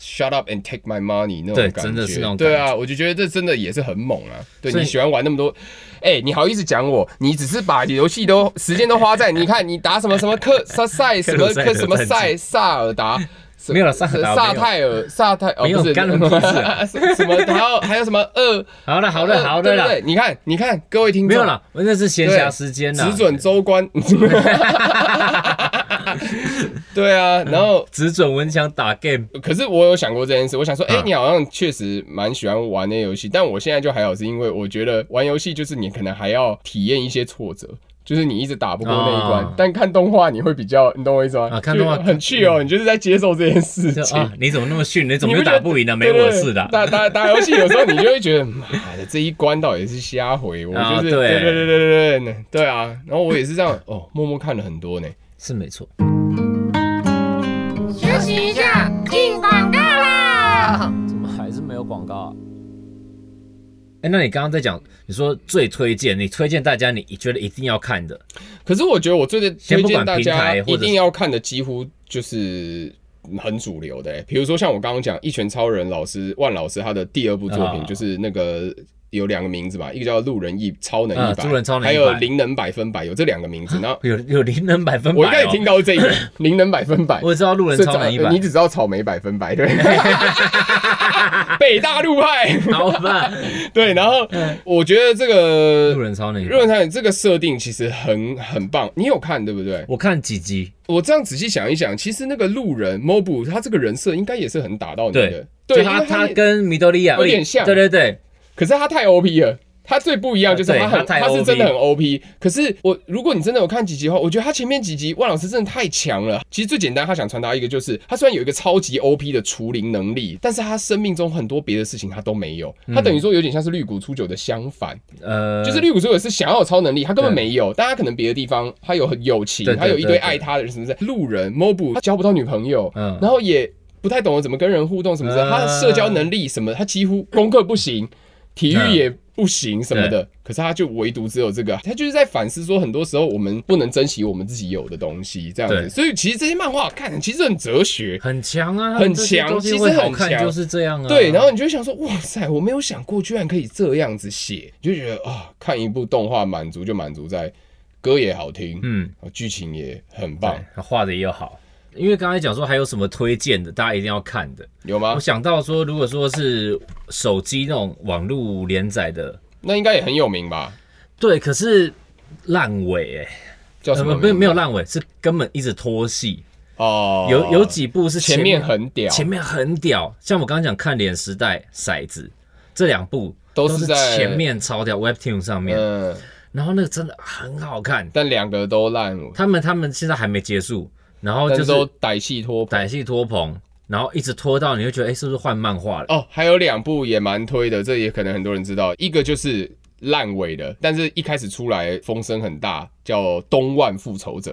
shut up and take my money 那种
对
感觉，
真的是那种
对啊，我就觉得这真的也是很猛啊。对
所以
你喜欢玩那么多，哎、你好意思讲我？你只是把游戏都时间都 花在你看你打什么什么克萨赛什么
克鲁塞
克
德
什么赛
战
萨尔达。什
没有了萨尔达
萨
没有
泰尔、萨泰哦，
没有
不是
干人屁事啊
什么，还有还有什么二，
好了，好了，
二
好了啦，
呃对对对你看，你看，各位听众，
没有啦，啊我那是闲暇时间呐，
只准 州官， 对啊，然后
只准文强打 game。
可是我有想过这件事，我想说，哎、
嗯
你好像确实蛮喜欢玩那游戏，但我现在就还好，是因为我觉得玩游戏就是你可能还要体验一些挫折。就是你一直打不过那一关，
哦
但看动画你会比较，你懂我意思吗？
啊看动画
就很趣哦，你就是在接受这件事
就
情。
啊，你怎么那么逊？你怎么又
你不觉
打
得
不赢呢？没
对对
我的
对
事的啊。
打打打游戏有时候你就会觉得，妈的，这一关到底是瞎回，我
啊
就是、
对
对对对对对对对啊。然后我也是这样，哦，默默看了很多呢。
是没错。
休息一下，进广告啦！
怎么还是没有广告啊？
哎，那你刚刚在讲，你说最推荐，你推荐大家你觉得一定要看的，
可是我觉得我最
先
推
不
荐
管
大
平
家
台
一
或者
定要看的，几乎就是很主流的、欸，比如说像我刚刚讲《一拳超人》老师万老师他的第二部作品
啊
就是那个。有两个名字吧，一个叫路人一超能
啊
一百，
路人超能
还有
100
灵能百分百，有这两个 名字。然后
有有灵能百分百哦。
我一开始听到这 一个灵能百分百，
我知道路人
是
超
找呃
能一百，
你只知道草莓百分百， 对， 北大陆派，
好吧？
对。然后我觉得这个
嗯路人超能一
路
百，
人超人这个设定其实很很棒，你有看对不对？
我看几集，
我这样仔细想一想，其实那个路人 Mobu 他这个人设应该也是很打到你的，
就
对，因
他
为他
他跟米多利亚
有点像
对对对，
可是他太 OP 了。他最不一样就是
呃对
他很，
他太
他是
OP
真的很 OP。可是我，如果你真的有看几集的话，我觉得他前面几集万老师真的太强了。其实最简单，他想传达一个就是，他虽然有一个超级 OP 的除灵能力，但是他生命中很多别的事情他都没有。他等于说有点像是绿谷初九的相反，
呃，
就是绿谷初九是想要有超能力，他根本
对
没有。但他可能别的地方他有很友情
对，对
他有一
对对
堆爱他的人什么的。路人 Mobu 他交不到女朋友，
嗯
然后也不太懂得怎么跟人互动什么的，
嗯
他的社交能力什么，他几乎功课不行，体
嗯
育也不行什么的。可是他就唯独只有这个，他就是在反思说，很多时候我们不能珍惜我们自己有的东西，这样
对
子。所以其实这些漫画看，其实很哲学。
很强啊，
很
这些
强
东西
其实
会好
很
看
强
就是这样啊。
对，然后你就会想说，哇塞，我没有想过居然可以这样子写，你就觉得啊、看一部动画满足就满足在歌也好听，
嗯，
嗯，剧情也很棒
对，，他画的也有好。因为刚才讲说还有什么推荐的，大家一定要看的。
有吗
我？想到说，如果说是手机那种网络连载的，
那应该也很有名吧？
对，可是烂尾哎、
叫
呃
什
不
么？
没有没有烂尾，是根本一直拖戏。
哦，
有有几部是
前面
面
很屌，
前面很屌，像我刚刚讲《看脸时代》《骰子》这两部
都
是
是在
前面超屌 Webtoon 上面，
嗯，
然后那个真的很好看。
但两个都烂，
他们他们现在还没结束，然后哦
但
就是
都歹戏拖棚。
歹戏拖棚，然后一直拖到你会觉得，哎、是不是换漫画了？
哦，还有两部也蛮推的，这也可能很多人知道，一个就是烂尾的，但是一开始出来风声很大，叫《东万复仇者》。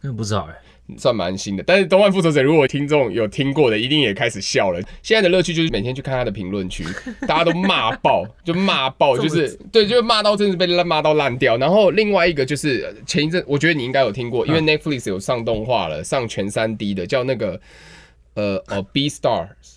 那不知道哎、
算蛮新的，但是《东万复仇者》如果听众有听过的，一定也开始笑了。现在的乐趣就是每天去看他的评论区，大家都骂爆，就骂爆，就是对，就骂到真是被烂骂到烂掉。然后另外一个就是呃前一阵，我觉得你应该有听过，因为 Netflix 有上动画了，上全三 D 的，叫那个呃哦 B 呃 Stars。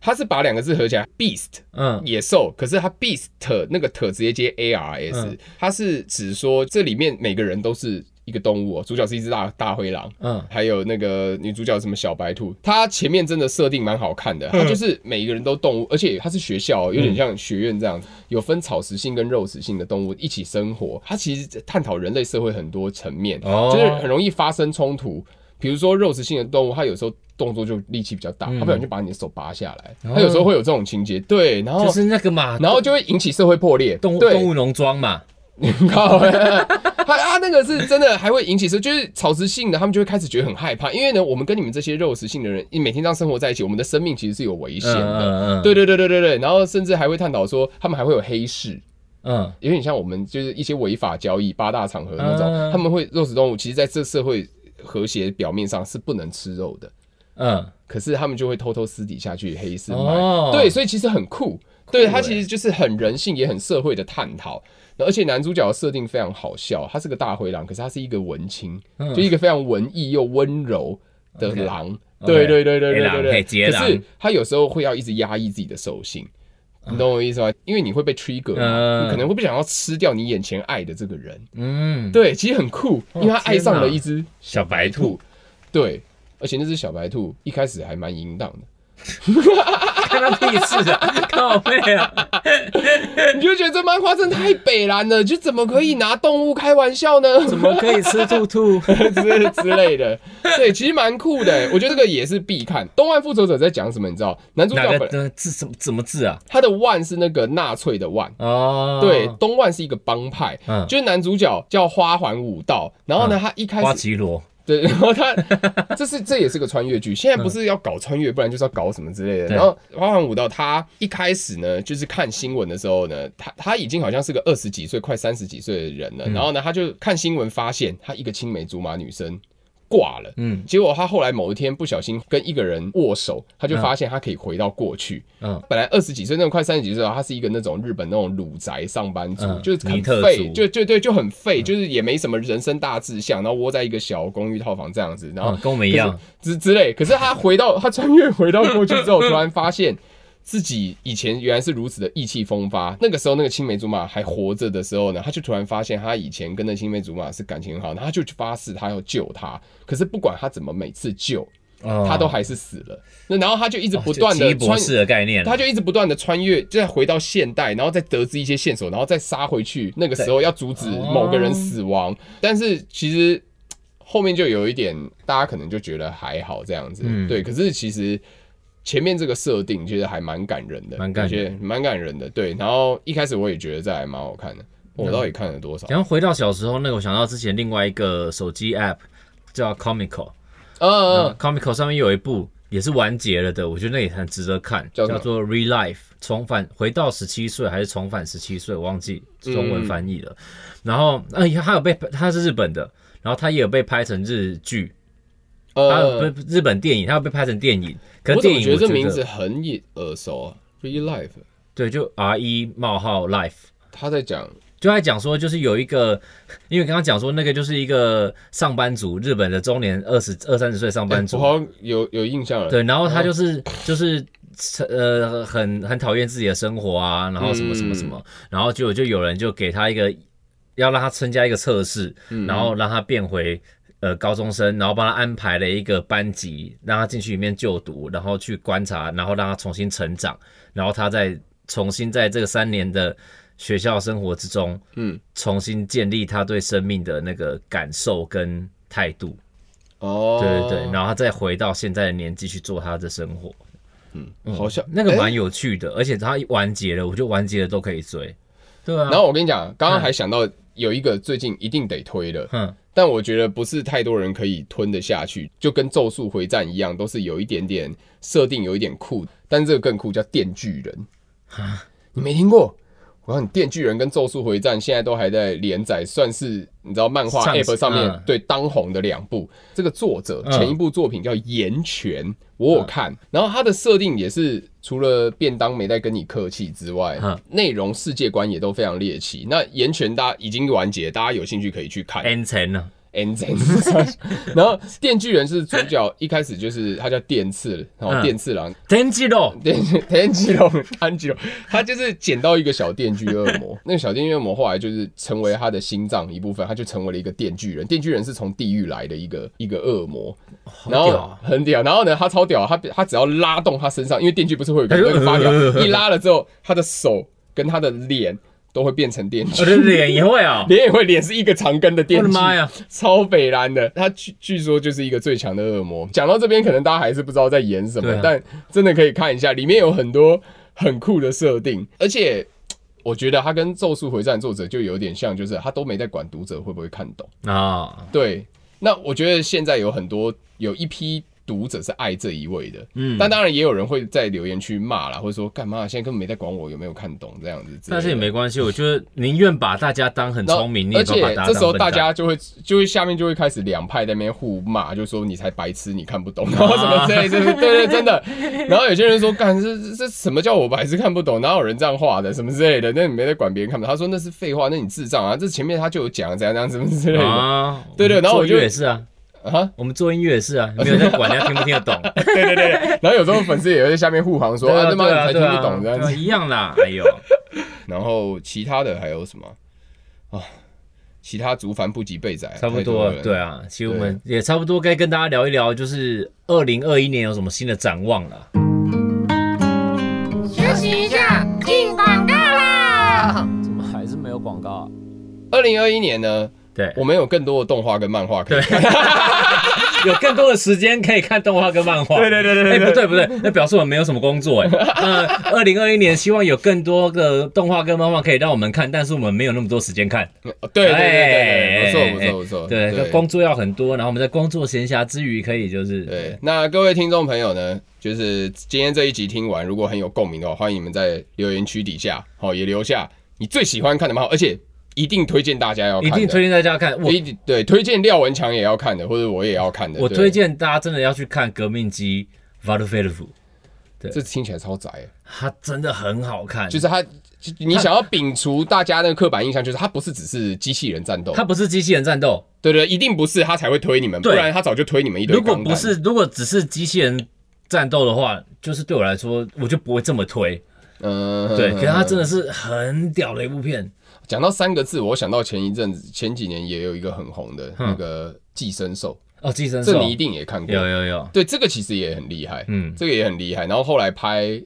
它是把两个字合起来，beast
嗯
野兽，可是它 beast 那个 t 直接接 a r s，、
嗯
它是指说这里面每个人都是一个动物、哦，主角是一只大大灰狼。
嗯，
还有那个女主角什么小白兔，它前面真的设定蛮好看的，
嗯
它就是每一个人都动物，而且它是学校哦，有点像学院这样，有分草食性跟肉食性的动物一起生活。它其实探讨人类社会很多层面，
哦
就是很容易发生冲突。比如说肉食性的动物，它有时候动作就力气比较大，
嗯
它不小心就把你的手拔下来，它有时候会有这种情节。对，然后
哦就是那个嘛，
哦然后就会引起社会破裂。
动物
对
动物农庄嘛，
靠！欸他他那个是真的，还会引起说，就是草食性的，他们就会开始觉得很害怕，因为呢，我们跟你们这些肉食性的人，每天这样生活在一起，我们的生命其实是有危险
嗯
的。
嗯嗯，
对对对对对对，然后甚至还会探讨说，他们还会有黑市，
嗯
有点像我们就是一些违法交易、八大场合那种，
嗯
他们会肉食动物，其实在这社会和谐表面上是不能吃肉的，
嗯，
可是他们就会偷偷私底下去黑市卖。
哦
对，所以其实很酷。对，它
欸
其实就是很人性，也很社会的探讨。而且男主角的设定非常好笑，他是个大灰狼，可是他是一个文青，
嗯
就一个非常文艺又温柔的
OK
狼。
OK
对对对对
黑
对
狼
对
嘿杰
对。可
狼
是他有时候会要一直压抑自己的兽性，你懂我意思吗？因为你会被 trigger，嘛
嗯
你可能会不想要吃掉你眼前爱的这个人。
嗯，
对，其实很酷，因为他爱上了一只
哦小白兔，
兔。对，而且那只小白兔一开始还蛮淫荡的。
看他屁事啊，靠背啊，
你就觉得这漫画真的太北蓝了，就怎么可以拿动物开玩笑 呢？
怎么可以吃兔 兔？
之之类的，对，其实蛮酷的。我觉得这个也是必看。《东岸复仇者》在讲什么？你知道，男主
哪
角
个
本
的字怎么怎么字啊？
他的万是那个纳粹的万。
哦，
对，东万是一个帮派，
嗯
就是男主角叫花环武道，然后呢，
嗯
他一开
花
始
绮罗，
对， 然后他这是这也是个穿越剧，现在不是要搞穿越，不然就是要搞什么之类的。
嗯对
然后花环武道他一开始呢，就是看新闻的时候呢，他他已经好像是个二十几岁、快三十几岁的人
嗯
了。然后呢，他就看新闻发现他一个青梅竹马女生挂了。
嗯
结果他后来某一天不小心跟一个人握手，他就发现他可以回到过去。
嗯
本来二十几岁那种快三十几岁的，他是一个那种日本那种鲁宅上班族，
嗯
就是很
尼特
废，
族
就就对，就很
嗯
废，就是也没什么人生大志向，然后窝在一个小公寓套房这样子，然后、
嗯，跟我们一样，
之之类。可是他回到他穿越回到过去之后，突然发现自己以前原来是如此的意气风发。那个时候，那个青梅竹马还活着的时候呢，他就突然发现他以前跟那青梅竹马是感情很好，然后他就发誓他要救他。可是不管他怎么每次救，
他
他都还是死了。那然后他就一直不断
哦奇
的
异博
穿。
士的概念，
他就一直不断的穿越，再回到现代，然后再得知一些线索，然后再杀回去。那个时候要阻止
哦
某个人死亡，但是其实后面就有一点，大家可能就觉得还好这样子，
嗯
对。可是其实前面这个设定其实还蛮感人的，
蛮感人
人，蛮感人的，对。然后一开始我也觉得这还蛮好看的，我到底看了多少？
然后回到小时候，那个我想到之前另外一个手机 app 叫 Comical，
嗯嗯
嗯，Comical 上面有一部也是完结了的，我觉得那也很值得看，
叫
叫
什么
做《Re Life》，重返回到十七岁还是重返十七岁，我忘记中文翻译了。然后，哎，它有被它是日本的，然后它也有被拍成日剧，它有
嗯，
被日本电影，它有被拍成电影。啊可是
我怎
电
么
影
觉得
我
这名字很眼耳熟啊？Real Life，
对，就 R E 冒号 Life。
他在讲
就在讲说，就是有一个，因为刚刚讲说那个就是一个上班族，日本的中年二十二三十岁上班
哎我
族，
好像有有印象了，哦
对，然后他就是、就是呃很很讨厌自己的生活啊，然后什么什么什么，
嗯
然后就就有人就给他一个要让他参加一个测试，
嗯
然后让他变回。呃，高中生，然后帮他安排了一个班级，让他进去里面就读，然后去观察，然后让他重新成长，然后他再重新在这个三年的学校生活之中，
嗯。
重新建立他对生命的那个感受跟态度。
哦，
对对对，然后他再回到现在的年纪去做他的生活，
嗯好像
那个
诶
蛮有趣的，而且他一完结了，我就完结了都可以追。对啊，
然后我跟你讲，刚刚还想到有一个最近一定得推的，
哼，
但我觉得不是太多人可以吞得下去，就跟《咒术回战》一样，都是有一点点设定，有一点酷，但这个更酷，叫《电锯人》你没听过？我告诉你，《电锯人》跟《咒术回战》现在都还在连载，算是你知道漫画
上
App 上面、
嗯
对当红的两部。这个作者
嗯
前一部作品叫《岩泉》，我有看，然后它的设定也是除了便当没在跟你客气之外
嗯，
内、容世界观也都非常猎奇。那《岩泉》大家已经完结，大家有兴趣可以去看。
，N 啊层呢？
N 针，然后电锯人是主角一开始就是他叫电次，然后
嗯
电次郎，
天气咯，
电 电锯龙安吉龙，他就是捡到一个小电锯恶魔， 那个小电锯恶魔后来就是成为他的心脏一部分，他就成为了一个电锯人。电锯人是从地狱来的一个一个恶魔，然
屌
后
啊
很屌，然后呢，他超屌，他他只要拉动他身上，因为电锯不是会 有一个
哎呦
那个发条
呃呃，呃
一拉了之后，他的手跟他的脸都会变成电锯
我。的脸也会 啊、
脸也会，脸是一个长根的电
我的
锯，
妈呀！
超北蓝的，他据据说就是一个最强的恶魔。讲到这边，可能大家还是不知道在演什么，
对啊
但真的可以看一下，里面有很多很酷的设定，而且我觉得他跟《咒术回战》作者就有点像，就是他都没在管读者会不会看懂。
啊，
对，那我觉得现在有很多有一批读者是爱这一位的，嗯，但当然也有人会在留言区骂啦，或者说干嘛现在根本没在管我有没有看懂这样子之类的，
但是也没关系，我觉得宁愿把大家当很
然后
聪明，你也
而
不要
且
把大家
这
当
时候大
笨蛋
家就会就会下面就会开始两派在那边互骂，就说你才白痴，你看不懂，然后什么之类，就是对对，真的。然后有些人说，干这这这什么叫我白痴看不懂？哪有人这样画的？什么之类的？那你没在管别人看不懂？他说那是废话，那你智障啊！这前面他就有讲怎样怎样什么之类的
啊，
对对
我们
然后我
做音乐
就
也是啊，
啊。
我们做音乐也是啊，没有人在管人家听不听得 懂，
对对对。 然后有时候粉丝也会在下面护航说
对
啊，
啊
他妈
对
你
啊
才
对
听不
啊
懂这样
对啊
子。
一样啦，哎呦，
然后其他的还有什么啊？其他竹凡不及被宰啊，
差不
太
多
多
了，
了
对啊，其实我们也差不多该跟大家聊一聊，就是二零二一年有什么新的展望了。
休息一下，进广告啦！
怎么还是没有广告啊？
二零二一年呢，
对，
我们有更多的动画跟漫画可以看。
有更多的时间可以看动画跟漫画。对对对对哎，不对不对，那表示我们没有什么工作 哎。呃，二零二一年希望有更多的动画跟漫画可以让我们看，但是我们没有那么多时间看。
哦对对
哎
对对对，不错不错不错。
对，
哦对
工作要很多，然后我们在工作闲暇之余可以就是
对。那各位听众朋友呢，就是今天这一集听完，如果很有共鸣的话，欢迎你们在留言区底下，好、也留下你最喜欢看的漫画，而且一定推荐大家要
一
看的。
定推荐大家看。我
一定对推荐廖文强也要看的，或者我也要看的。
我
对
推，荐大家真的要去看《革命机 v a l u f e l v
这听起来超宅，欸
它真的很好看，
就是他，就你想要摒除大家那个刻板印象，就是他不是只是机器人战斗，
它不是机器人战斗，
对对，一定不是他才会推你们，不
对
然他早就推你们一堆
如
钢弹。
果不是，如果只是机器人战斗的话，就是对我来说，我就不会这么推。
嗯，嗯，
对，
嗯
可是它
嗯
真的是很屌的一部片。
讲到三个字，我想到前一阵子、前几年也有一个很红的那个《寄生兽
哦，嗯寄》，生
这
兽
你一定也看过。
有有有，
对，这个其实也很厉害，
嗯，
这个也很厉害。然后后来拍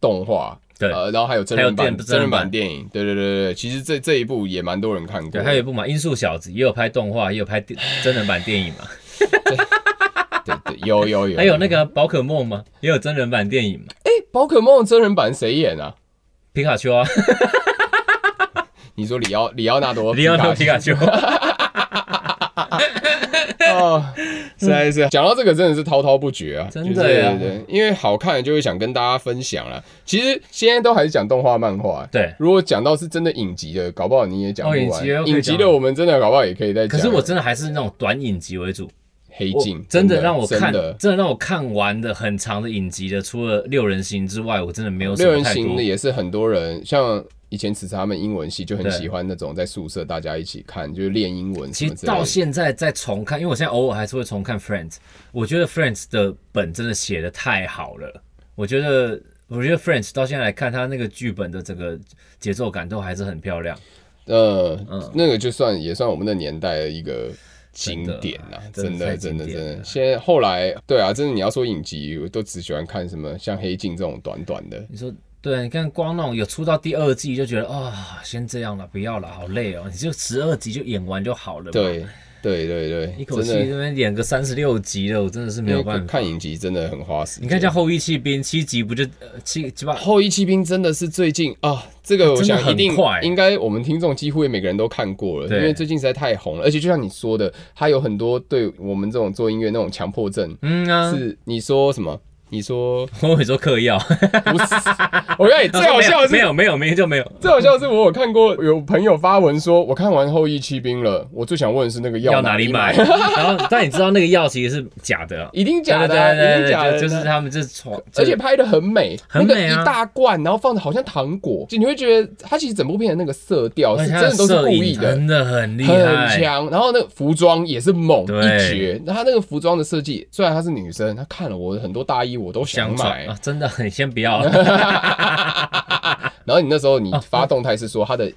动画，
对
呃，然后还有真人
还有
版、
电
真人
真人版
版电影。对对对对对，其实这这一部也蛮多人看过
对，。还有一部嘛，《音速小子》也有拍动画，也有拍电真人版电影 嘛，
对对，有有有。
还有那个宝可梦嘛，也有真人版电影嘛，
宝可梦真人版谁演啊？
皮卡丘啊，
你说里奥里奥 纳多
里奥纳皮卡
丘
丘，
哦，实在是讲到这个真的是滔滔不绝啊，
真的呀
就是对对，因为好看就会想跟大家分享啦。其实现在都还是讲动画漫画，啊
对。
如果讲到是真的影集的，搞不好你也讲不
哦
完。
影集也可以讲
影集的我们真的搞不好也可以再
可
讲。
是我真的还是那种短影集为主，
黑
我
镜
真的让我看，
真的
真的让我看完的很长的影集的，除了《六人行》之外，我真的没有什
六
么
人
太
行
多
的。也是很多人像。以前其实他们英文系就很
对
喜欢那种在宿舍大家一起看，就是练英文什
其
么
实
之类
到
的。
现在再重看，因为我现在偶尔还是会重看《Friends》，我觉得《Friends》的本真的写的太好了。我觉得，我觉得《Friends》到现在来看，它那个剧本的整个节奏感都还是很漂亮。
呃
嗯，
那个就算也算我们那年代的一个经典啊，真
哎真的
的真的
太经典
真的。
了
现在后来对啊，真的你要说影集，我都只喜欢看什么像黑镜这种短短的。
你说对？你看光那种有出到第二季就觉得啊、先这样了，不要了，好累哦。你就十二集就演完就好了嘛。
对对对对，
一口气
真的哎
这边演个三十六集的，我真的是没
因
有
为
办法。
看影集真的很花时间。
你看像《后羿弃兵》七集不就呃七七八？
后羿骑兵真的是最近啊，这个我
真的
想一定
很快
应该我们听众几乎也每个人都看过了，
对
因为最近实在太红了，而且就像你说的，它有很多对我们这种做音乐那种强迫症，
嗯啊，
是你说什么 你说
我会说嗑药，
不是？我告诉你，最好笑 的
没
是，
有没有没有就没有
最好笑的是我有看过有朋友发文说，我看完《后羿骑兵》了，我最想问的是那个
药
药
哪
里
里买？ 然后但你知道那个药其实是假的啊，
一定假的啊，
对对
一
对
定假
对
的，
对，就是他们这床，
而且拍的很美，
很美啊
那个一大罐，然后放的好像糖果，就你会觉得它其实整部片的那个色调
而且
是真
他的
的都是
摄
故意
影
的，
真的很厉
很
害，
强。然后那个服装也是猛
对
一绝，那它那个服装的设计，虽然她是女生，她看了我很多大衣我都想
想
买
买。啊，真的 很先不 要，
然后你那时候你
啊
发动态是说她的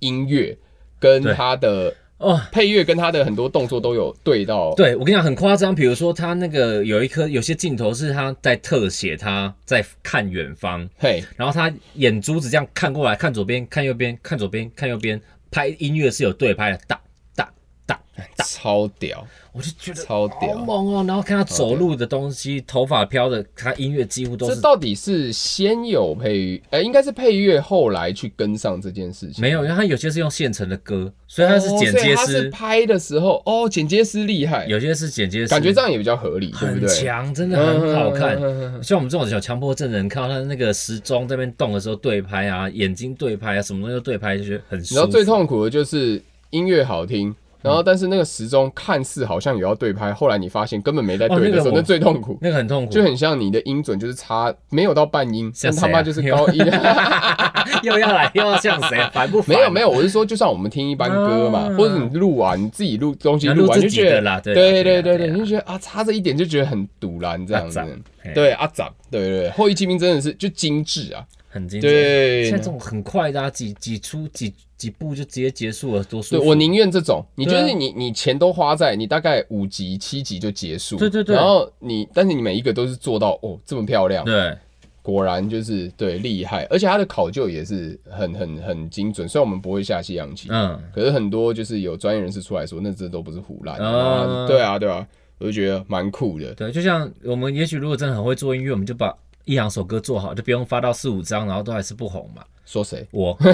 音乐跟
对
她的
哦，
配乐跟她的很多动作都有对到，
对我跟你讲很夸张，比如说他那个有一颗有些镜头是他在特写他在看远方，
嘿，
然后他眼珠子这样看过来，看左边，看右边，看左边，看右边，拍音乐是有对拍的，哒哒哒哎哒，
超屌，
我就觉得
超
好
屌。
猛哦。然后看他走路的东西，头发飘的，他音乐几乎都
这
是
到底是先有配乐，呃，应该是配乐后来去跟上这件事情。
没有，因为他有些是用现成的歌，所以他是
哦
剪
所以
接
他
师
是，拍的时候，哦，剪接师厉害，
有些是剪接师，
感觉这样也比较合理，对不
很
对？
强，真的很好看
嗯嗯嗯嗯嗯。嗯
像我们这种小强迫症的人，看到他那个时钟在那边动的时候对拍啊，眼睛对拍啊，什么东西都对拍，就觉得很
你
舒
知道
服。
嗯最痛苦的就是音乐好听，然后但是那个时钟看似好像有要对拍，后来你发现根本没在对
哦
的时
那
候，
个我
那最痛苦。
那个很痛苦，
就很像你的音准就是差没有到半音，
像谁
但
啊
他妈就是高 音。
又要来又要像谁啊？烦不烦？
没有没有，我是说，就算我们听一般歌嘛，
啊
或者你录完你自己录东西
啊
录
录
完
自
就
己
觉
的
得
啦对啦对
对对
啦
对
对啦
你就觉得啊，差这一点就觉得很堵然这样子
啊赞。嘿
对阿展，对对对，后羿骑兵真的是就精致啊，
很精致。
对
现在这种很快的、啊，几几出几几部就直接结束了，多舒
对，
服。
我宁愿这种，你就
对啊
是你你钱都花在你大概五集七集就结束，
对对对
然后你但是你每一个都是做到哦这么漂亮，
对
果然就是对厉害，而且它的考究也是很很很精准，虽然我们不会下西洋棋，
嗯，
可是很多就是有专业人士出来说，那这都不是胡乱的、
啊
对啊，对啊，我就觉得蛮酷的。
对，就像我们也许如果真的很会做音乐，我们就把一两首歌做好，就不用发到四五张，然后都还是不红嘛。
说谁？
我，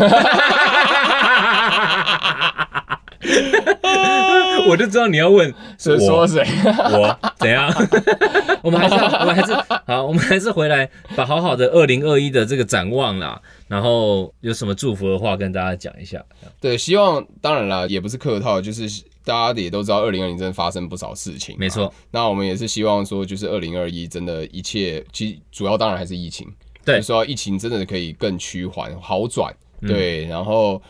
我就知道你要问
是说 谁？
我怎样？我们还是要我们还是好，我们还是回来把好好的二零二一的这个展望啦，然后有什么祝福的话跟大家讲一下。
对，希望当然啦，也不是客套，就是大家也都知道，二零二零真的发生不少事情。
没，错，
那我们也是希望说，就是二零二一真的一切，其实主要当然还是疫情。
对嗯
就说疫情真的可以更趋缓、好转。对，然后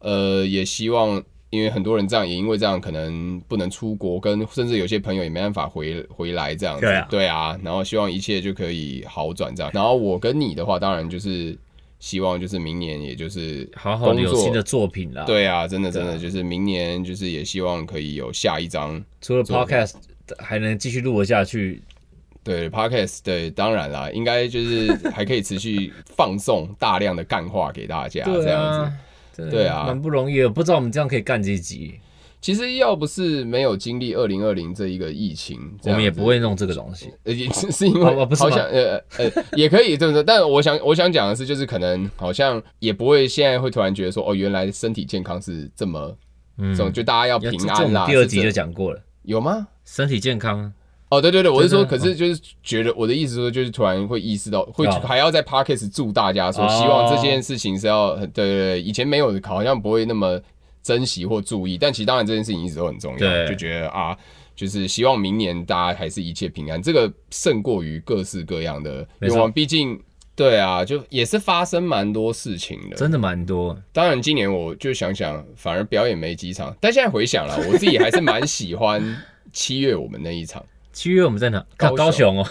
呃，也希望。因为很多人这样，也因为这样可能不能出国，跟甚至有些朋友也没办法回回来这样子。
对啊
然后希望一切就可以好转这样。然后我跟你的话，当然就是希望就是明年，也就是
好好的有
工作
新的作品啦。，
对啊，真的真的就是明年就是也希望可以有下一张
除了
作品
podcast 还能继续录得下去，
对 podcast，对，当然啦，应该就是还可以持续放送大量的干话给大家，啊
啊
这样子。，
真的
对啊
蛮不容易的，不知道我们这样可以干几集，
其实要不是没有经历二零二零这一个疫情，这
我
样
们也
子
不会弄这个东西。
呃，也是是因为
哦哦不是吗
好像呃呃也可以，对不对？但我想我想讲的是，就是可能好像也不会现在会突然觉得说，哦，原来身体健康是这么，
嗯
这种就大家要
这
平
这我
安啦。
们第二
是
集
这
就讲过了，
有吗？
身体健康，
哦，对对对，我是说，可
真的
是就是觉得我的意思说，就是突然会意识到，会
哦
还要在 podcast 祝大家说，
哦
希望这件事情是要，对对对，以前没有，好像不会那么珍惜或注意，但其实当然这件事情一直都很重要，
对
就觉得啊，就是希望明年大家还是一切平安，这个胜过于各式各样的
没
愿
错
望，毕竟。对啊，就也是发生蛮多事情的。
真的蛮多。
当然，今年我就想想，反而表演没几场，但现在回想了，我自己还是蛮喜欢七月我们那一场。
七月我们在哪？
高雄
高雄哦，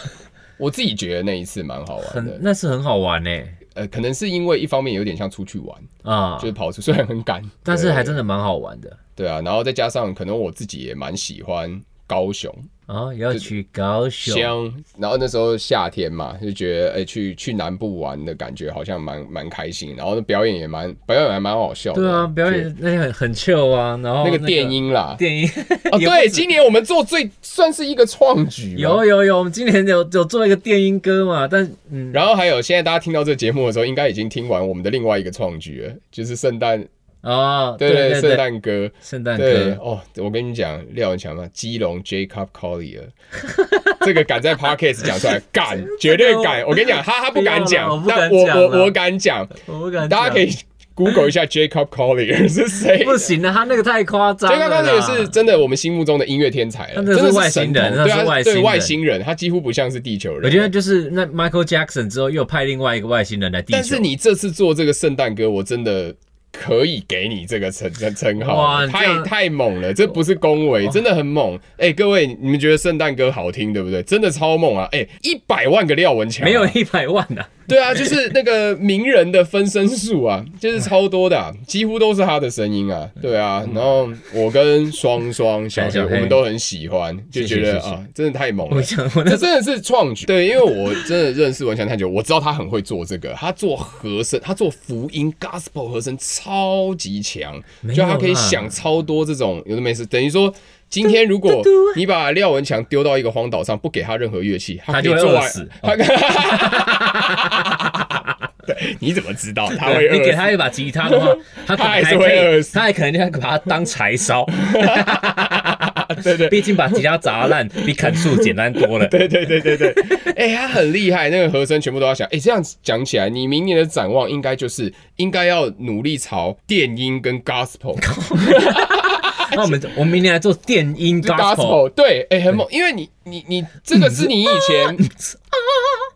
我自己觉得那一次蛮好玩
很
的，
那是很好玩呢
呃，可能是因为一方面有点像出去玩，
啊
就，是跑出， 虽然很赶，
但是还真
的
的蛮好玩的
对啊，然后再加上可能我自己也蛮喜欢高雄
啊，也要去高雄。
香，然后那时候夏天嘛，就觉得哎、去去南部玩的感觉好像蛮蛮开心，然后那表演也蛮表演还蛮好笑的，
对啊，表
就
演那天很很 chill 啊，然后
那个电音啦。
电 音
哦，
也不
对，
止
今年我们做最算是一个创举嘛，
有有有，我们今年有有做一个电音歌嘛，但嗯，
然后还有，现在大家听到这个节目的时候，应该已经听完我们的另外一个创举了，就是圣诞
啊，
对
对
圣，诞歌。
圣诞
对
歌，
哦，我跟你讲，廖文强嘛，基隆 Jacob Collier，这个敢在 Podcast 讲出来，敢，绝对敢。我跟你讲，他他不敢
不要啦
讲
我，不
但
敢
我
讲
我
啦
我敢讲，
我不敢讲，
大家可以 Google 一下 Jacob Collier 是 谁。
不行啊，他那个太夸张了
，Jacob
啦。
Collier 是真的我们心目中的音乐天才
他
了，真
真的
的
是
是
外星人
神童
他是
对啊，
外星
对
人
外星人，他几乎不像是地球人。
我觉得就是那 Michael Jackson 之后又派另外一个外星人来地球，
但是你这次做这个圣诞歌，我真的可以给你这个称 称称号
哇
了，
你这
太
样哦
太猛了，这不是恭维，真的很猛。哎、各位，你们觉得圣诞歌好听对不对？真的超猛啊！哎、一百万个廖文强、啊
没有一百万呐、
对啊，就是那个名人的分身术啊，就是超多的、啊，几乎都是他的声音啊。对啊，然后我跟双双、小黑
嗯小
我
黑
们都很喜欢，就
谢
觉
谢谢
得
谢
啊，真的太猛了
我。想我那
这真的是创举，对，因为我真的认识文强太久，我知道他很会做这个，他做和声，他做福音 gospel 和声超级强，
没
就
有
他可以
啦
想超多这种有的没事，等于说今天如果你把廖文强丢到一个荒岛上，不给他任何乐器，他
他
可
就
以
会
哦做
饿
完
死，
他对， 你怎么知道他会饿
哦你给
死
他一把吉他 的话，他可能
还是
还
会
可
饿
以，
死
他还可能就要把它当柴烧。
对对
毕竟把吉他砸烂 比砍树简单多了。
对对对对对， 哎、他很厉害，那个和声全部都要想。哎、这样讲起来，你明年的展望应该就是应该要努力朝电音跟 gospel
那我们我们明年来做电音 gospel，
gospel 对，哎、很猛，因为你你你这个是你以前，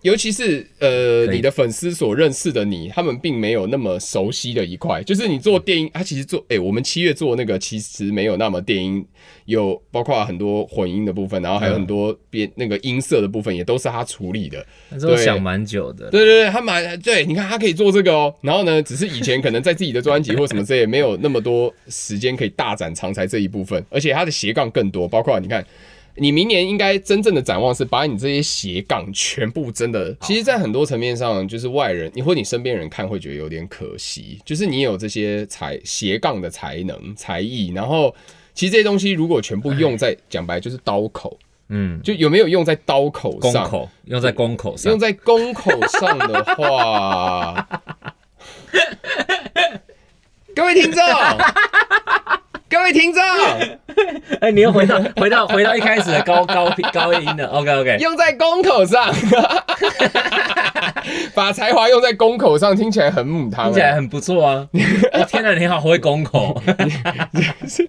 尤其是呃
对
你的粉丝所认识的你，他们并没有那么熟悉的一块，就是你做电音，他、其实做，哎、我们七月做那个其实没有那么电音，有包括很多混音的部分，然后还有很多编那个音色的部分，也都是他处理的。
但是我
对
想蛮久的。
对对对，他蛮对，你看他可以做这个哦。然后呢，只是以前可能在自己的专辑或什么之类，没有那么多时间可以大展长才这一部分，而且他的斜杠更多，包括你看。你明年应该真正的展望是把你这些斜杠全部真的，其实，在很多层面上，就是外人，你或你身边人看会觉得有点可惜，就是你有这些才斜杠的才能、才艺，然后其实这些东西如果全部用在讲白就是刀口，
嗯，
就有没有用在刀口
公
上？
口用在公口上
用，在公口上的话，各位听众， 各位听众，
哎，你又回到回到回到一开始的高高高音了。OK OK，
用在公口上，把才华用在公口上，听起来很母汤、欸
听起来很不错 啊。哦天哪，你好会公口，
很，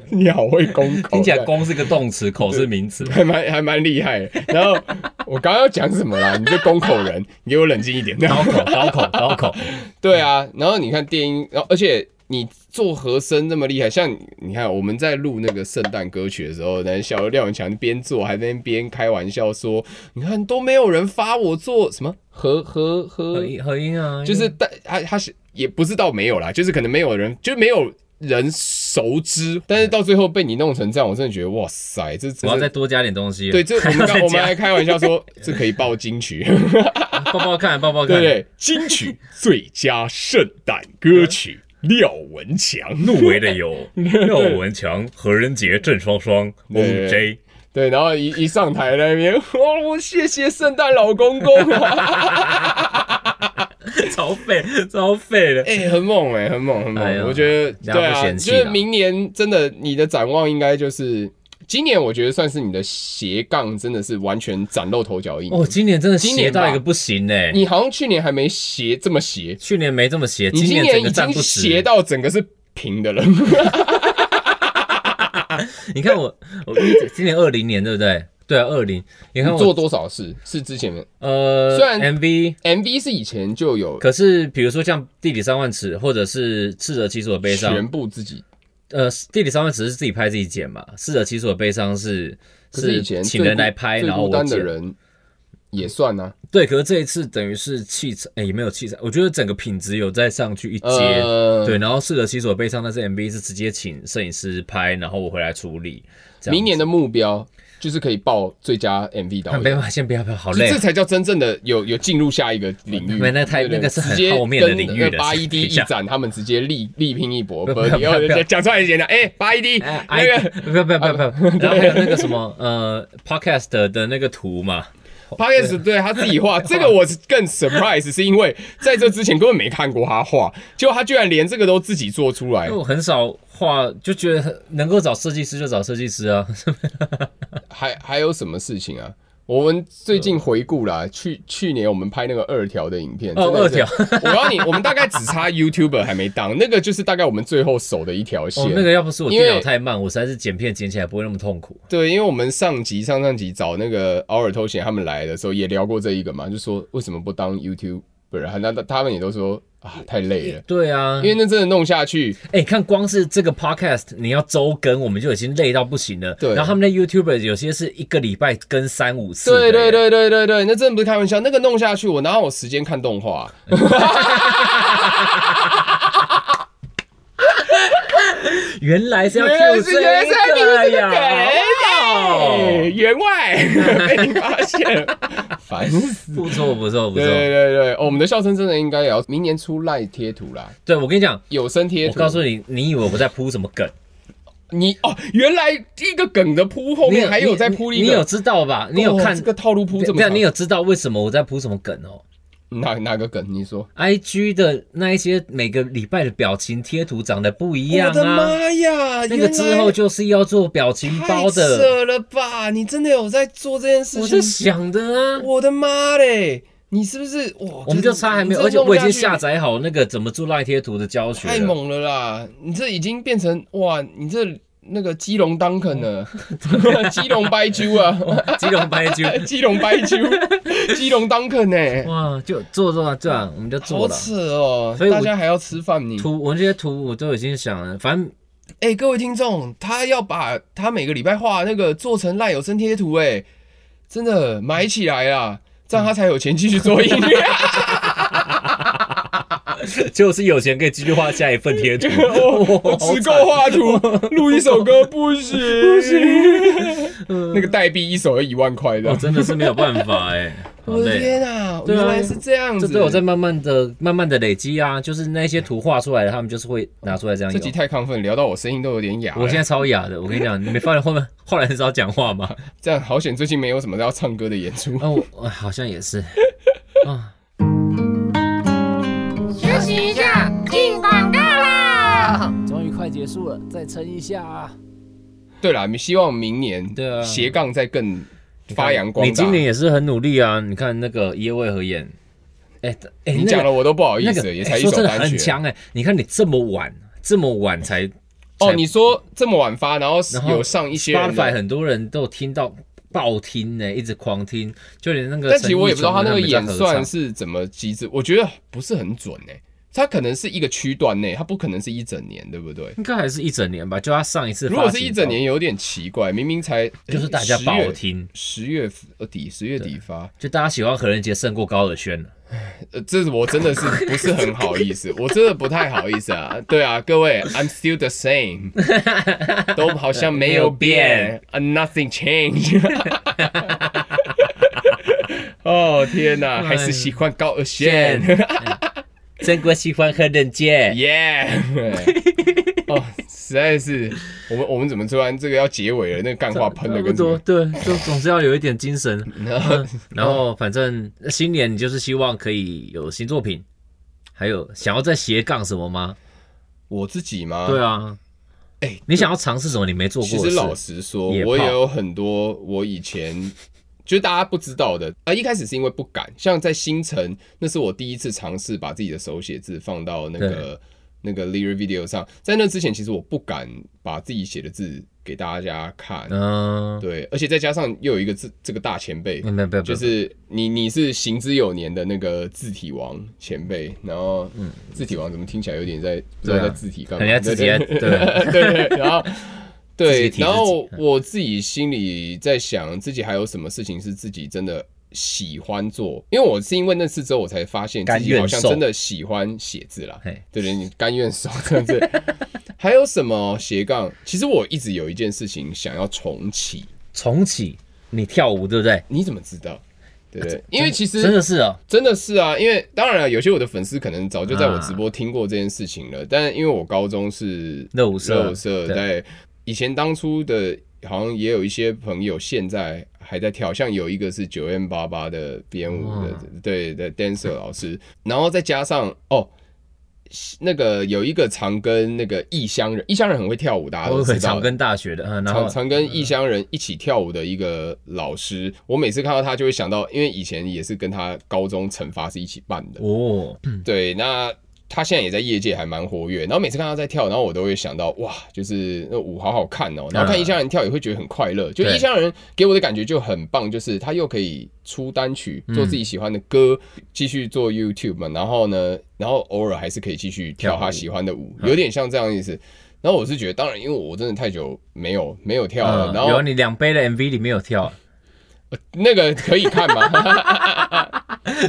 你好会公口，
听起来“公”是个动词，“口”是名词。
还蛮还蛮厉害的。然后我刚刚要讲什么啦？你这公口人，你给我冷静一点。
刀口，刀口，刀口，
对啊，然后你看电音，然后而且你做和声那么厉害，像你你看我们在录那个圣诞歌曲的时候，那小廖文强边做还在那边开玩笑说，你看都没有人发我做什么和和和
合，音合音啊，
就是但他他是也不是到没有啦，就是可能没有人就没有。人熟知，但是到最后被你弄成这样，我真的觉得哇塞，这
我要
真
再
的
多加点东西。
对这我 们刚我们还
来
开玩笑说这可以报金曲，
抱抱看，抱抱
对
看
不。对？金曲最佳圣诞歌曲，廖文强。
入围的 有廖文强、何仁杰、郑双双、
对
OJ。
对，然后一一上台那边， 哦，我谢谢圣诞老公公啊！
超废，超废的。
哎、很猛哎、很猛很猛！
哎呦
我觉得
大家
对
不
啊，
嫌弃
就是
啦
明年真的你的展望应该就是今年，我觉得算是你的斜杠真的是完全崭露头角一年。
哦，今年真的
今年
斜
吧
到一个不行哎、
你好像去年还没斜这么斜，
去年没这么斜，
你今
年整
已
个站
经
不
斜
直。
到整个是 平的了。
你看我，我今年二零年对不对？对啊，二零。你看
做
我，
多少事是之前的
呃，
虽然
MV，
MV 是以前就有
可是比如说像《地理三万尺》或者是《赤者其所的悲伤》
全，部自己
呃，《地理三万尺》是自己拍自己剪嘛，《赤者其所的悲伤是》
可是以前
请
最
人
孤
来拍，
最
然后
孤
我
单的
剪。
人也算啊。
对，可是这一次等于是器材，哎、也没有器材，我觉得整个品质有再上去一阶。
呃
对，，然后《适者其所悲伤》那支 MV 是直接请摄影师拍，然后我回来处理。这样
明年
的
的目标就是可以报最佳 MV 导
不
演。
要，先不要，不要，好
就
累啊
这。才叫真正的有有进入下一个领域，
没那太
对对
那个是很
直接
后面的领域的
八一
等
D 一
一下
展，他们直接力力拼一搏。
不
不
要不要不要
要讲出来一点的，哎，八一 D
哎
那个
不要不要不要不要！然后还有那个什么呃，podcast 的那个图嘛，
Podcast 对他自己 画，这个我是更 surprise，是因为在这之前根本没看过他画，结果他居然连这个都自己做出来
因为，我很少画，就觉得很能够找设计师就找设计师 啊。
还还有什么事情啊？我们最近回顾啦，去去年我们拍那个二条的影片，
哦
真的是
二条，
我告诉你，我们大概只差 YouTuber 还没当，那个就是大概我们最后守的一条线
哦，。那个要不是我
因为
电脑太慢，我实在是剪片剪起来不会那么痛苦。
对，因为我们上集、上上集找那个偶尔偷闲他们来的时候，也聊过这一个嘛，就说为什么不当 YouTuber？那他们也都说啊，太累了，
对啊，
因为那真的弄下去，
哎、你看光是这个 podcast，你要周更，我们就已经累到不行了。
对
然后他们的 YouTuber 有些是一个礼拜更三五次。
对对。对对对对，那真的不是开玩笑，那个弄下去，我哪有时间看动画、啊
原来是要
原来
Q
是原来
这
是要 cue
一
这
个
个
呀！
哎员外被你发现 了，烦死。
不错不错不
对
错。
对对对，哦，我们的笑声真的应该也要明年出赖贴图啦，
对，我跟你讲，
有声贴
我
图。
告诉你，你以为我在铺什么梗？
你哦，原来一个梗的铺后
你
面还有在铺一
你
个，
你有知道吧？你有
哦
看
这？个套路铺这么
对啊，
长？
你有知道为什么我在铺什么梗哦
哪哪个梗？你说？
？IG 的那一些每个礼拜的表情贴图长得不一样
我的
啊。
妈呀！
那个之后就是要做表情
原来
包
太
的，
扯了吧？你真的有在做这件事
我
情
是？想的啊。
我的妈嘞！你是不是哇？
我们就差还没有，而且
这
我已经
弄去
下载好那个怎么做赖贴图的教学了
太猛了啦！你这已经变成哇，你这那个基隆 Duncan 了，基隆白酒啊，
基隆白酒，
基隆白 酒，基隆 Duncan 呢、
哇，就做做啊，这样我们就做
好
了。
扯哦
所以！我
大家还要吃饭你。
图，我这些图我都已经想了，反正
哎、各位听众，他要把他每个礼拜画的那个做成赖有声贴图、哎，真的买起来啦，这样他才有钱继续做音乐。
就是有钱可以继续画下一份 贴图。
我哦我只够画图，
哦
录一首歌不行，不行。那个代币一首要一万块
我
的，
哦真的是没有办法哎、好
我的
累。
天啊！
对啊
原来是这样子。
这都有在慢慢的、慢慢的累积啊，就是那些图画出来的，他们就是会拿出来这样
这集
用。
太亢奋，聊到我声音都有点哑了。
哦我现在超哑的，我跟你讲，你没发现后面 后来很少讲话吗？
这样好险，最近没有什么要唱歌的 演出。
哦，我好像也是。
休息一下，进广告啦！
终于快结束了，再撑一下啊！
对啦，你希望明年
对啊
斜杠再更发扬光大。
你今年也是很努力啊！你看那个叶未合演，哎、哎、
你
那
讲
个
了我都不好意
那
思
个
了，也
哎
才一
说
首
真的
单
很
曲。
强哎、你看你这么晚，这么晚才
哦，
才
你说这么晚发，然后
然后
有上一些人
Spotify
的，
很多人都有听到爆听呢、一直狂听，就连那个
但其实我也不知道他
陈奕
那个
迅他
演
们在合
算
唱
是怎么机制，我觉得不是很准诶、他可能是一个区段内，他不可能是一整年，对不对？
应该还是一整年吧，就他上一次
如
发
果
行
是一整年，有点奇怪，明明才哎
就是大家爆听，
十月呃底十月底发，
就大家喜欢何仁杰胜过高尔宣了。
呃，这是我真的是不是很好意思，我真的不太好意思啊。对啊，各位，I'm still the same，都好像没有变啊，nothing change。哦天哪，还是喜欢高尔宣
真哥喜欢何仁杰，
耶！ 哦，实在是，我们我们怎么突然这个要结尾了？那个干话喷的
差不
跟什嗯
多，
么
对，就总是要有一点精神。
然后
然后反正新年你就是希望可以有新作品，还有想要再斜杠什么吗？
我自己吗？
对啊，
哎
你想要尝试什么你没做
其
过
实
的事？
老实说，
野炮
我也有很多我以前就是大家不知道的啊。一开始是因为不敢，像在新城，那是我第一次尝试把自己的手写字放到那个那个 Lyric Video 上。在那之前，其实我不敢把自己写的字给大家看。
嗯，
对，而且再加上又有一个这这个大前辈，
没有没有，
就是你你是行之有年的那个字体王前辈，然后字体王怎么听起来有点在不知道
嗯对啊
在字体干嘛？
人家自己在
对
啊对
对，然后。
自己
对，
提
然后
自己
我自己心里在想，自己还有什么事情是自己真的喜欢做？因为我是因为那次之后，我才发现自
甘
己
愿
好像
受
真的喜欢写字啦。
嘿
对对，你甘愿受这样子。 还有什么斜杠？其实我一直有一件事情想要重启，
重启你跳舞对不对？
你怎么知道？对不对？因为其实
啊真的是哦，
真的是啊，因为当然了，有些我的粉丝可能早就在我直
啊
播听过这件事情了，但因为我高中是
热舞社
热舞社
对
对，以前当初的好像也有一些朋友现在还在跳，像有一个是九 N 八八的编舞的
哇，
对的 dancer 老师，然后再加上哦。那个有一个常跟那个异乡人，异乡人很会跳舞，大家
我
都
有
啊知
个
道。
长庚大学的，嗯，然
常
后
常跟异乡人一起跳舞的一个老师，我每次看到他就会想到，因为以前也是跟他高中惩罚是一起办的，
哦，
对，那他现在也在业界还蛮活跃，然后每次看他在跳，然后我都会想到，哇，就是那舞好好看哦，然后看异乡人跳也会觉得很快乐，就
嗯对
异乡人给我的感觉就很棒，就是他又可以出单曲，做
嗯
自己喜欢的歌，继续做 YouTube 嘛，然后呢，然后偶尔还是可以继续跳
跳舞嗯
他喜欢的舞，有点像这样的意思。然后我是觉得，当然，因为我真的太久没有没有跳了，
嗯
然后
有啊你两杯的 MV 里面有 跳，
那个可以看 吗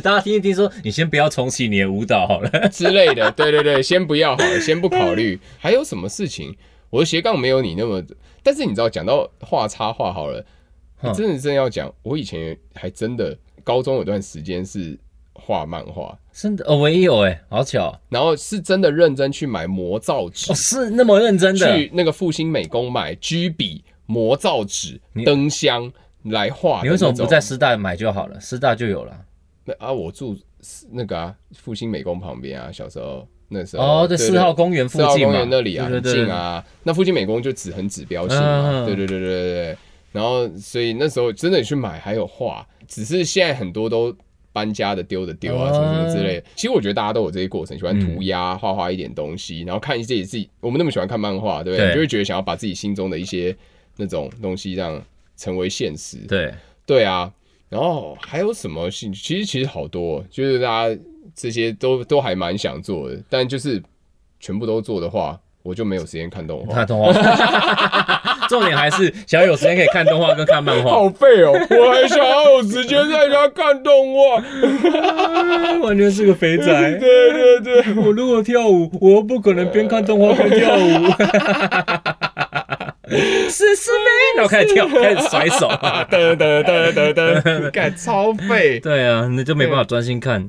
大家听一听说，你先不要重启你的舞蹈好了，
之类的？对对对，先不要好了，先不考虑。还有什么事情？我的斜杠没有你那么，但是你知道，讲到画插画好了，
嗯
真的真的要讲，我以前还真的高中有段时间是画漫画，
真的哦，我也有哎，好巧
然后是真的认真去买魔造纸
哦，，是那么认真的，啊
去那个复兴美工买居笔、魔造纸、
你
灯箱来画的
你
那种。
为什么不在师大买就好了？师大就有了。
那啊？我住那个啊复兴美工旁边啊，小时候那时候
哦，对，四号公园附
四号
近
公
嘛
园，那里啊，
对
很
对对
近，啊。那附近美工就只很指标性嘛，
嗯
对对对对对对。然后，所以那时候真的去买，还有画，只是现在很多都搬家的丢的丢啊，
嗯
什么什么之类的。其实我觉得大家都有这些过程，喜欢涂鸦、画画一点东西，然后看一些自己，我们那么喜欢看漫画，对不
对
对？你就会觉得想要把自己心中的一些那种东西让成为现实。
对，
对啊，然后还有什么兴趣？其实其实好多，就是大家这些都都还蛮想做的，但就是全部都做的话，我就没有时间看动
看
画。
动画。 重点还是想要有时间可以看动画跟看漫画，
好废哦！我还想要有时间在家看 动画。
完全是个肥宅。
对对对，
我如果跳舞，我又不可能边看动画边跳 舞。是是妹，然后开始跳，开始甩 手。
噔噔噔噔噔， 干超废。
对啊，那就没办法专心看。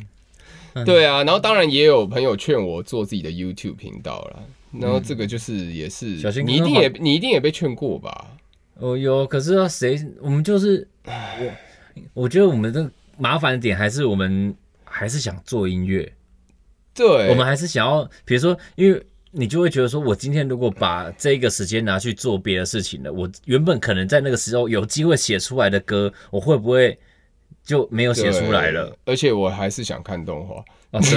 对啊，然后当然也有朋友劝我做自己的 YouTube 频道啦。然后这个就是也是，
小心
你一定也你一定也被劝过吧？
哦，有，可是要谁？我们就是我，我觉得我们的麻烦点还是我们还是想做音乐，
对，
我们还是想要，比如说，因为你就会觉得说，我今天如果把这个时间拿去做别的事情了，我原本可能在那个时候有机会写出来的歌，我会不会就没有写出来了？
对，而且我还是想看动画。
哦，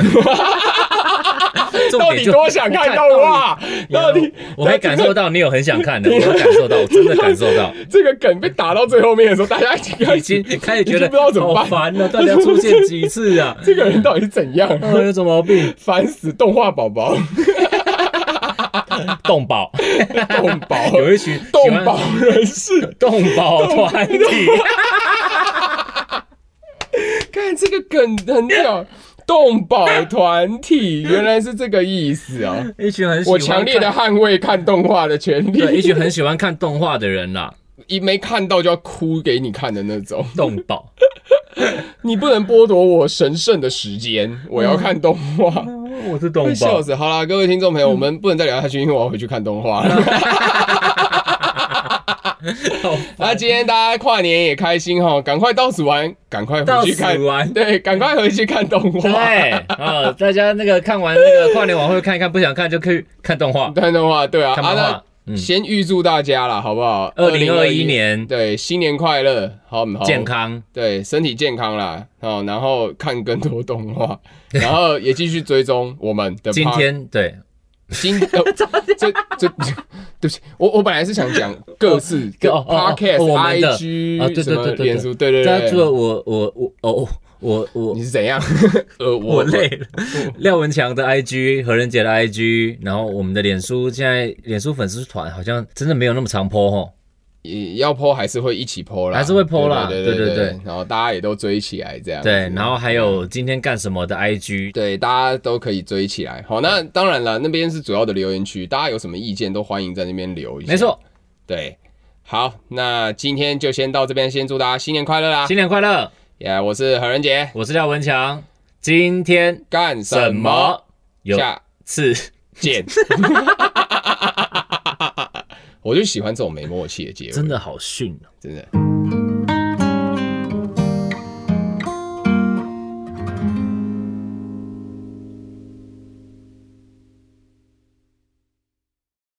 对重
到
点
底
就
多想 看动画？到底
我可以感受到你有很想看的，我有感受到，我真的感受到。
这个梗被打到最后面的时候，大家已经开
已经
始
开始觉
已经
得
不知道怎么
好
办
烦了，到底要出 现几次啊？
这个人到底是怎 样，
哦，有什么毛病？
烦死动画宝 宝、
动保
动宝、
有一群喜
动
欢
宝人士。
动保团体，
看这个梗很屌，动保团 体原来是这个意思啊！
一群很喜欢
我强烈的
看
捍卫看动画的权
对一
利，
群很喜欢看动画的人啦，
一没看到就要哭给你看的那种。
动保。
你不能剥夺我神圣的时间，我要看动画。
我是动
会笑死！好啦，各位听众朋友，
嗯
我们不能再聊下去，因为我要回去看动画了。 那今天大家跨年也开心哈，赶快倒数完，赶快回去
倒
看
数完
对，赶快回去看动
对
画。
啊，大家那个看完那个跨年晚会看一看，不想看就可以看动画，
看动画，对啊，
看
啊
漫画
那。
嗯，
先预祝大家啦，好不好？
二零二一
2021
年
对，新年快乐，好，好
健，康，
对，身体健康啦，好，然后看更多动画，然后也继续追踪我们 的
今
pod-
天对
今呃这这这， 对不起，我我本来是想讲各式各
哦哦哦
podcast、
我们的
IG、
啊对对
什么
对对对
脸书，对对
大家
对
除了我我我哦我我
你是 怎样？呃，我
我累了。廖文强的 IG，何仁杰的 IG，然后我们的脸书，现在脸书粉丝团好像真的没有那么长 po 吼。
也要 po 还是会一起 po 啦，
还是会 po 啦
对
对
对
对
对
对。
然后大家也都追起来这样子，
对，然后还有今天干什么的 IG，
对大家都可以追起来。好，那当然了，那边是主要的留言区，大家有什么意见都欢迎在那边留一下。
没，错，
对。好，那今天就先到这边，先祝大家新年快乐啦！
新年快乐！
耶我是何仁杰，
我是廖文强，今天
干什
什
么
么？有
下
次
见。
我就喜欢这种没默契的结尾，
真的好逊哦。
啊真的。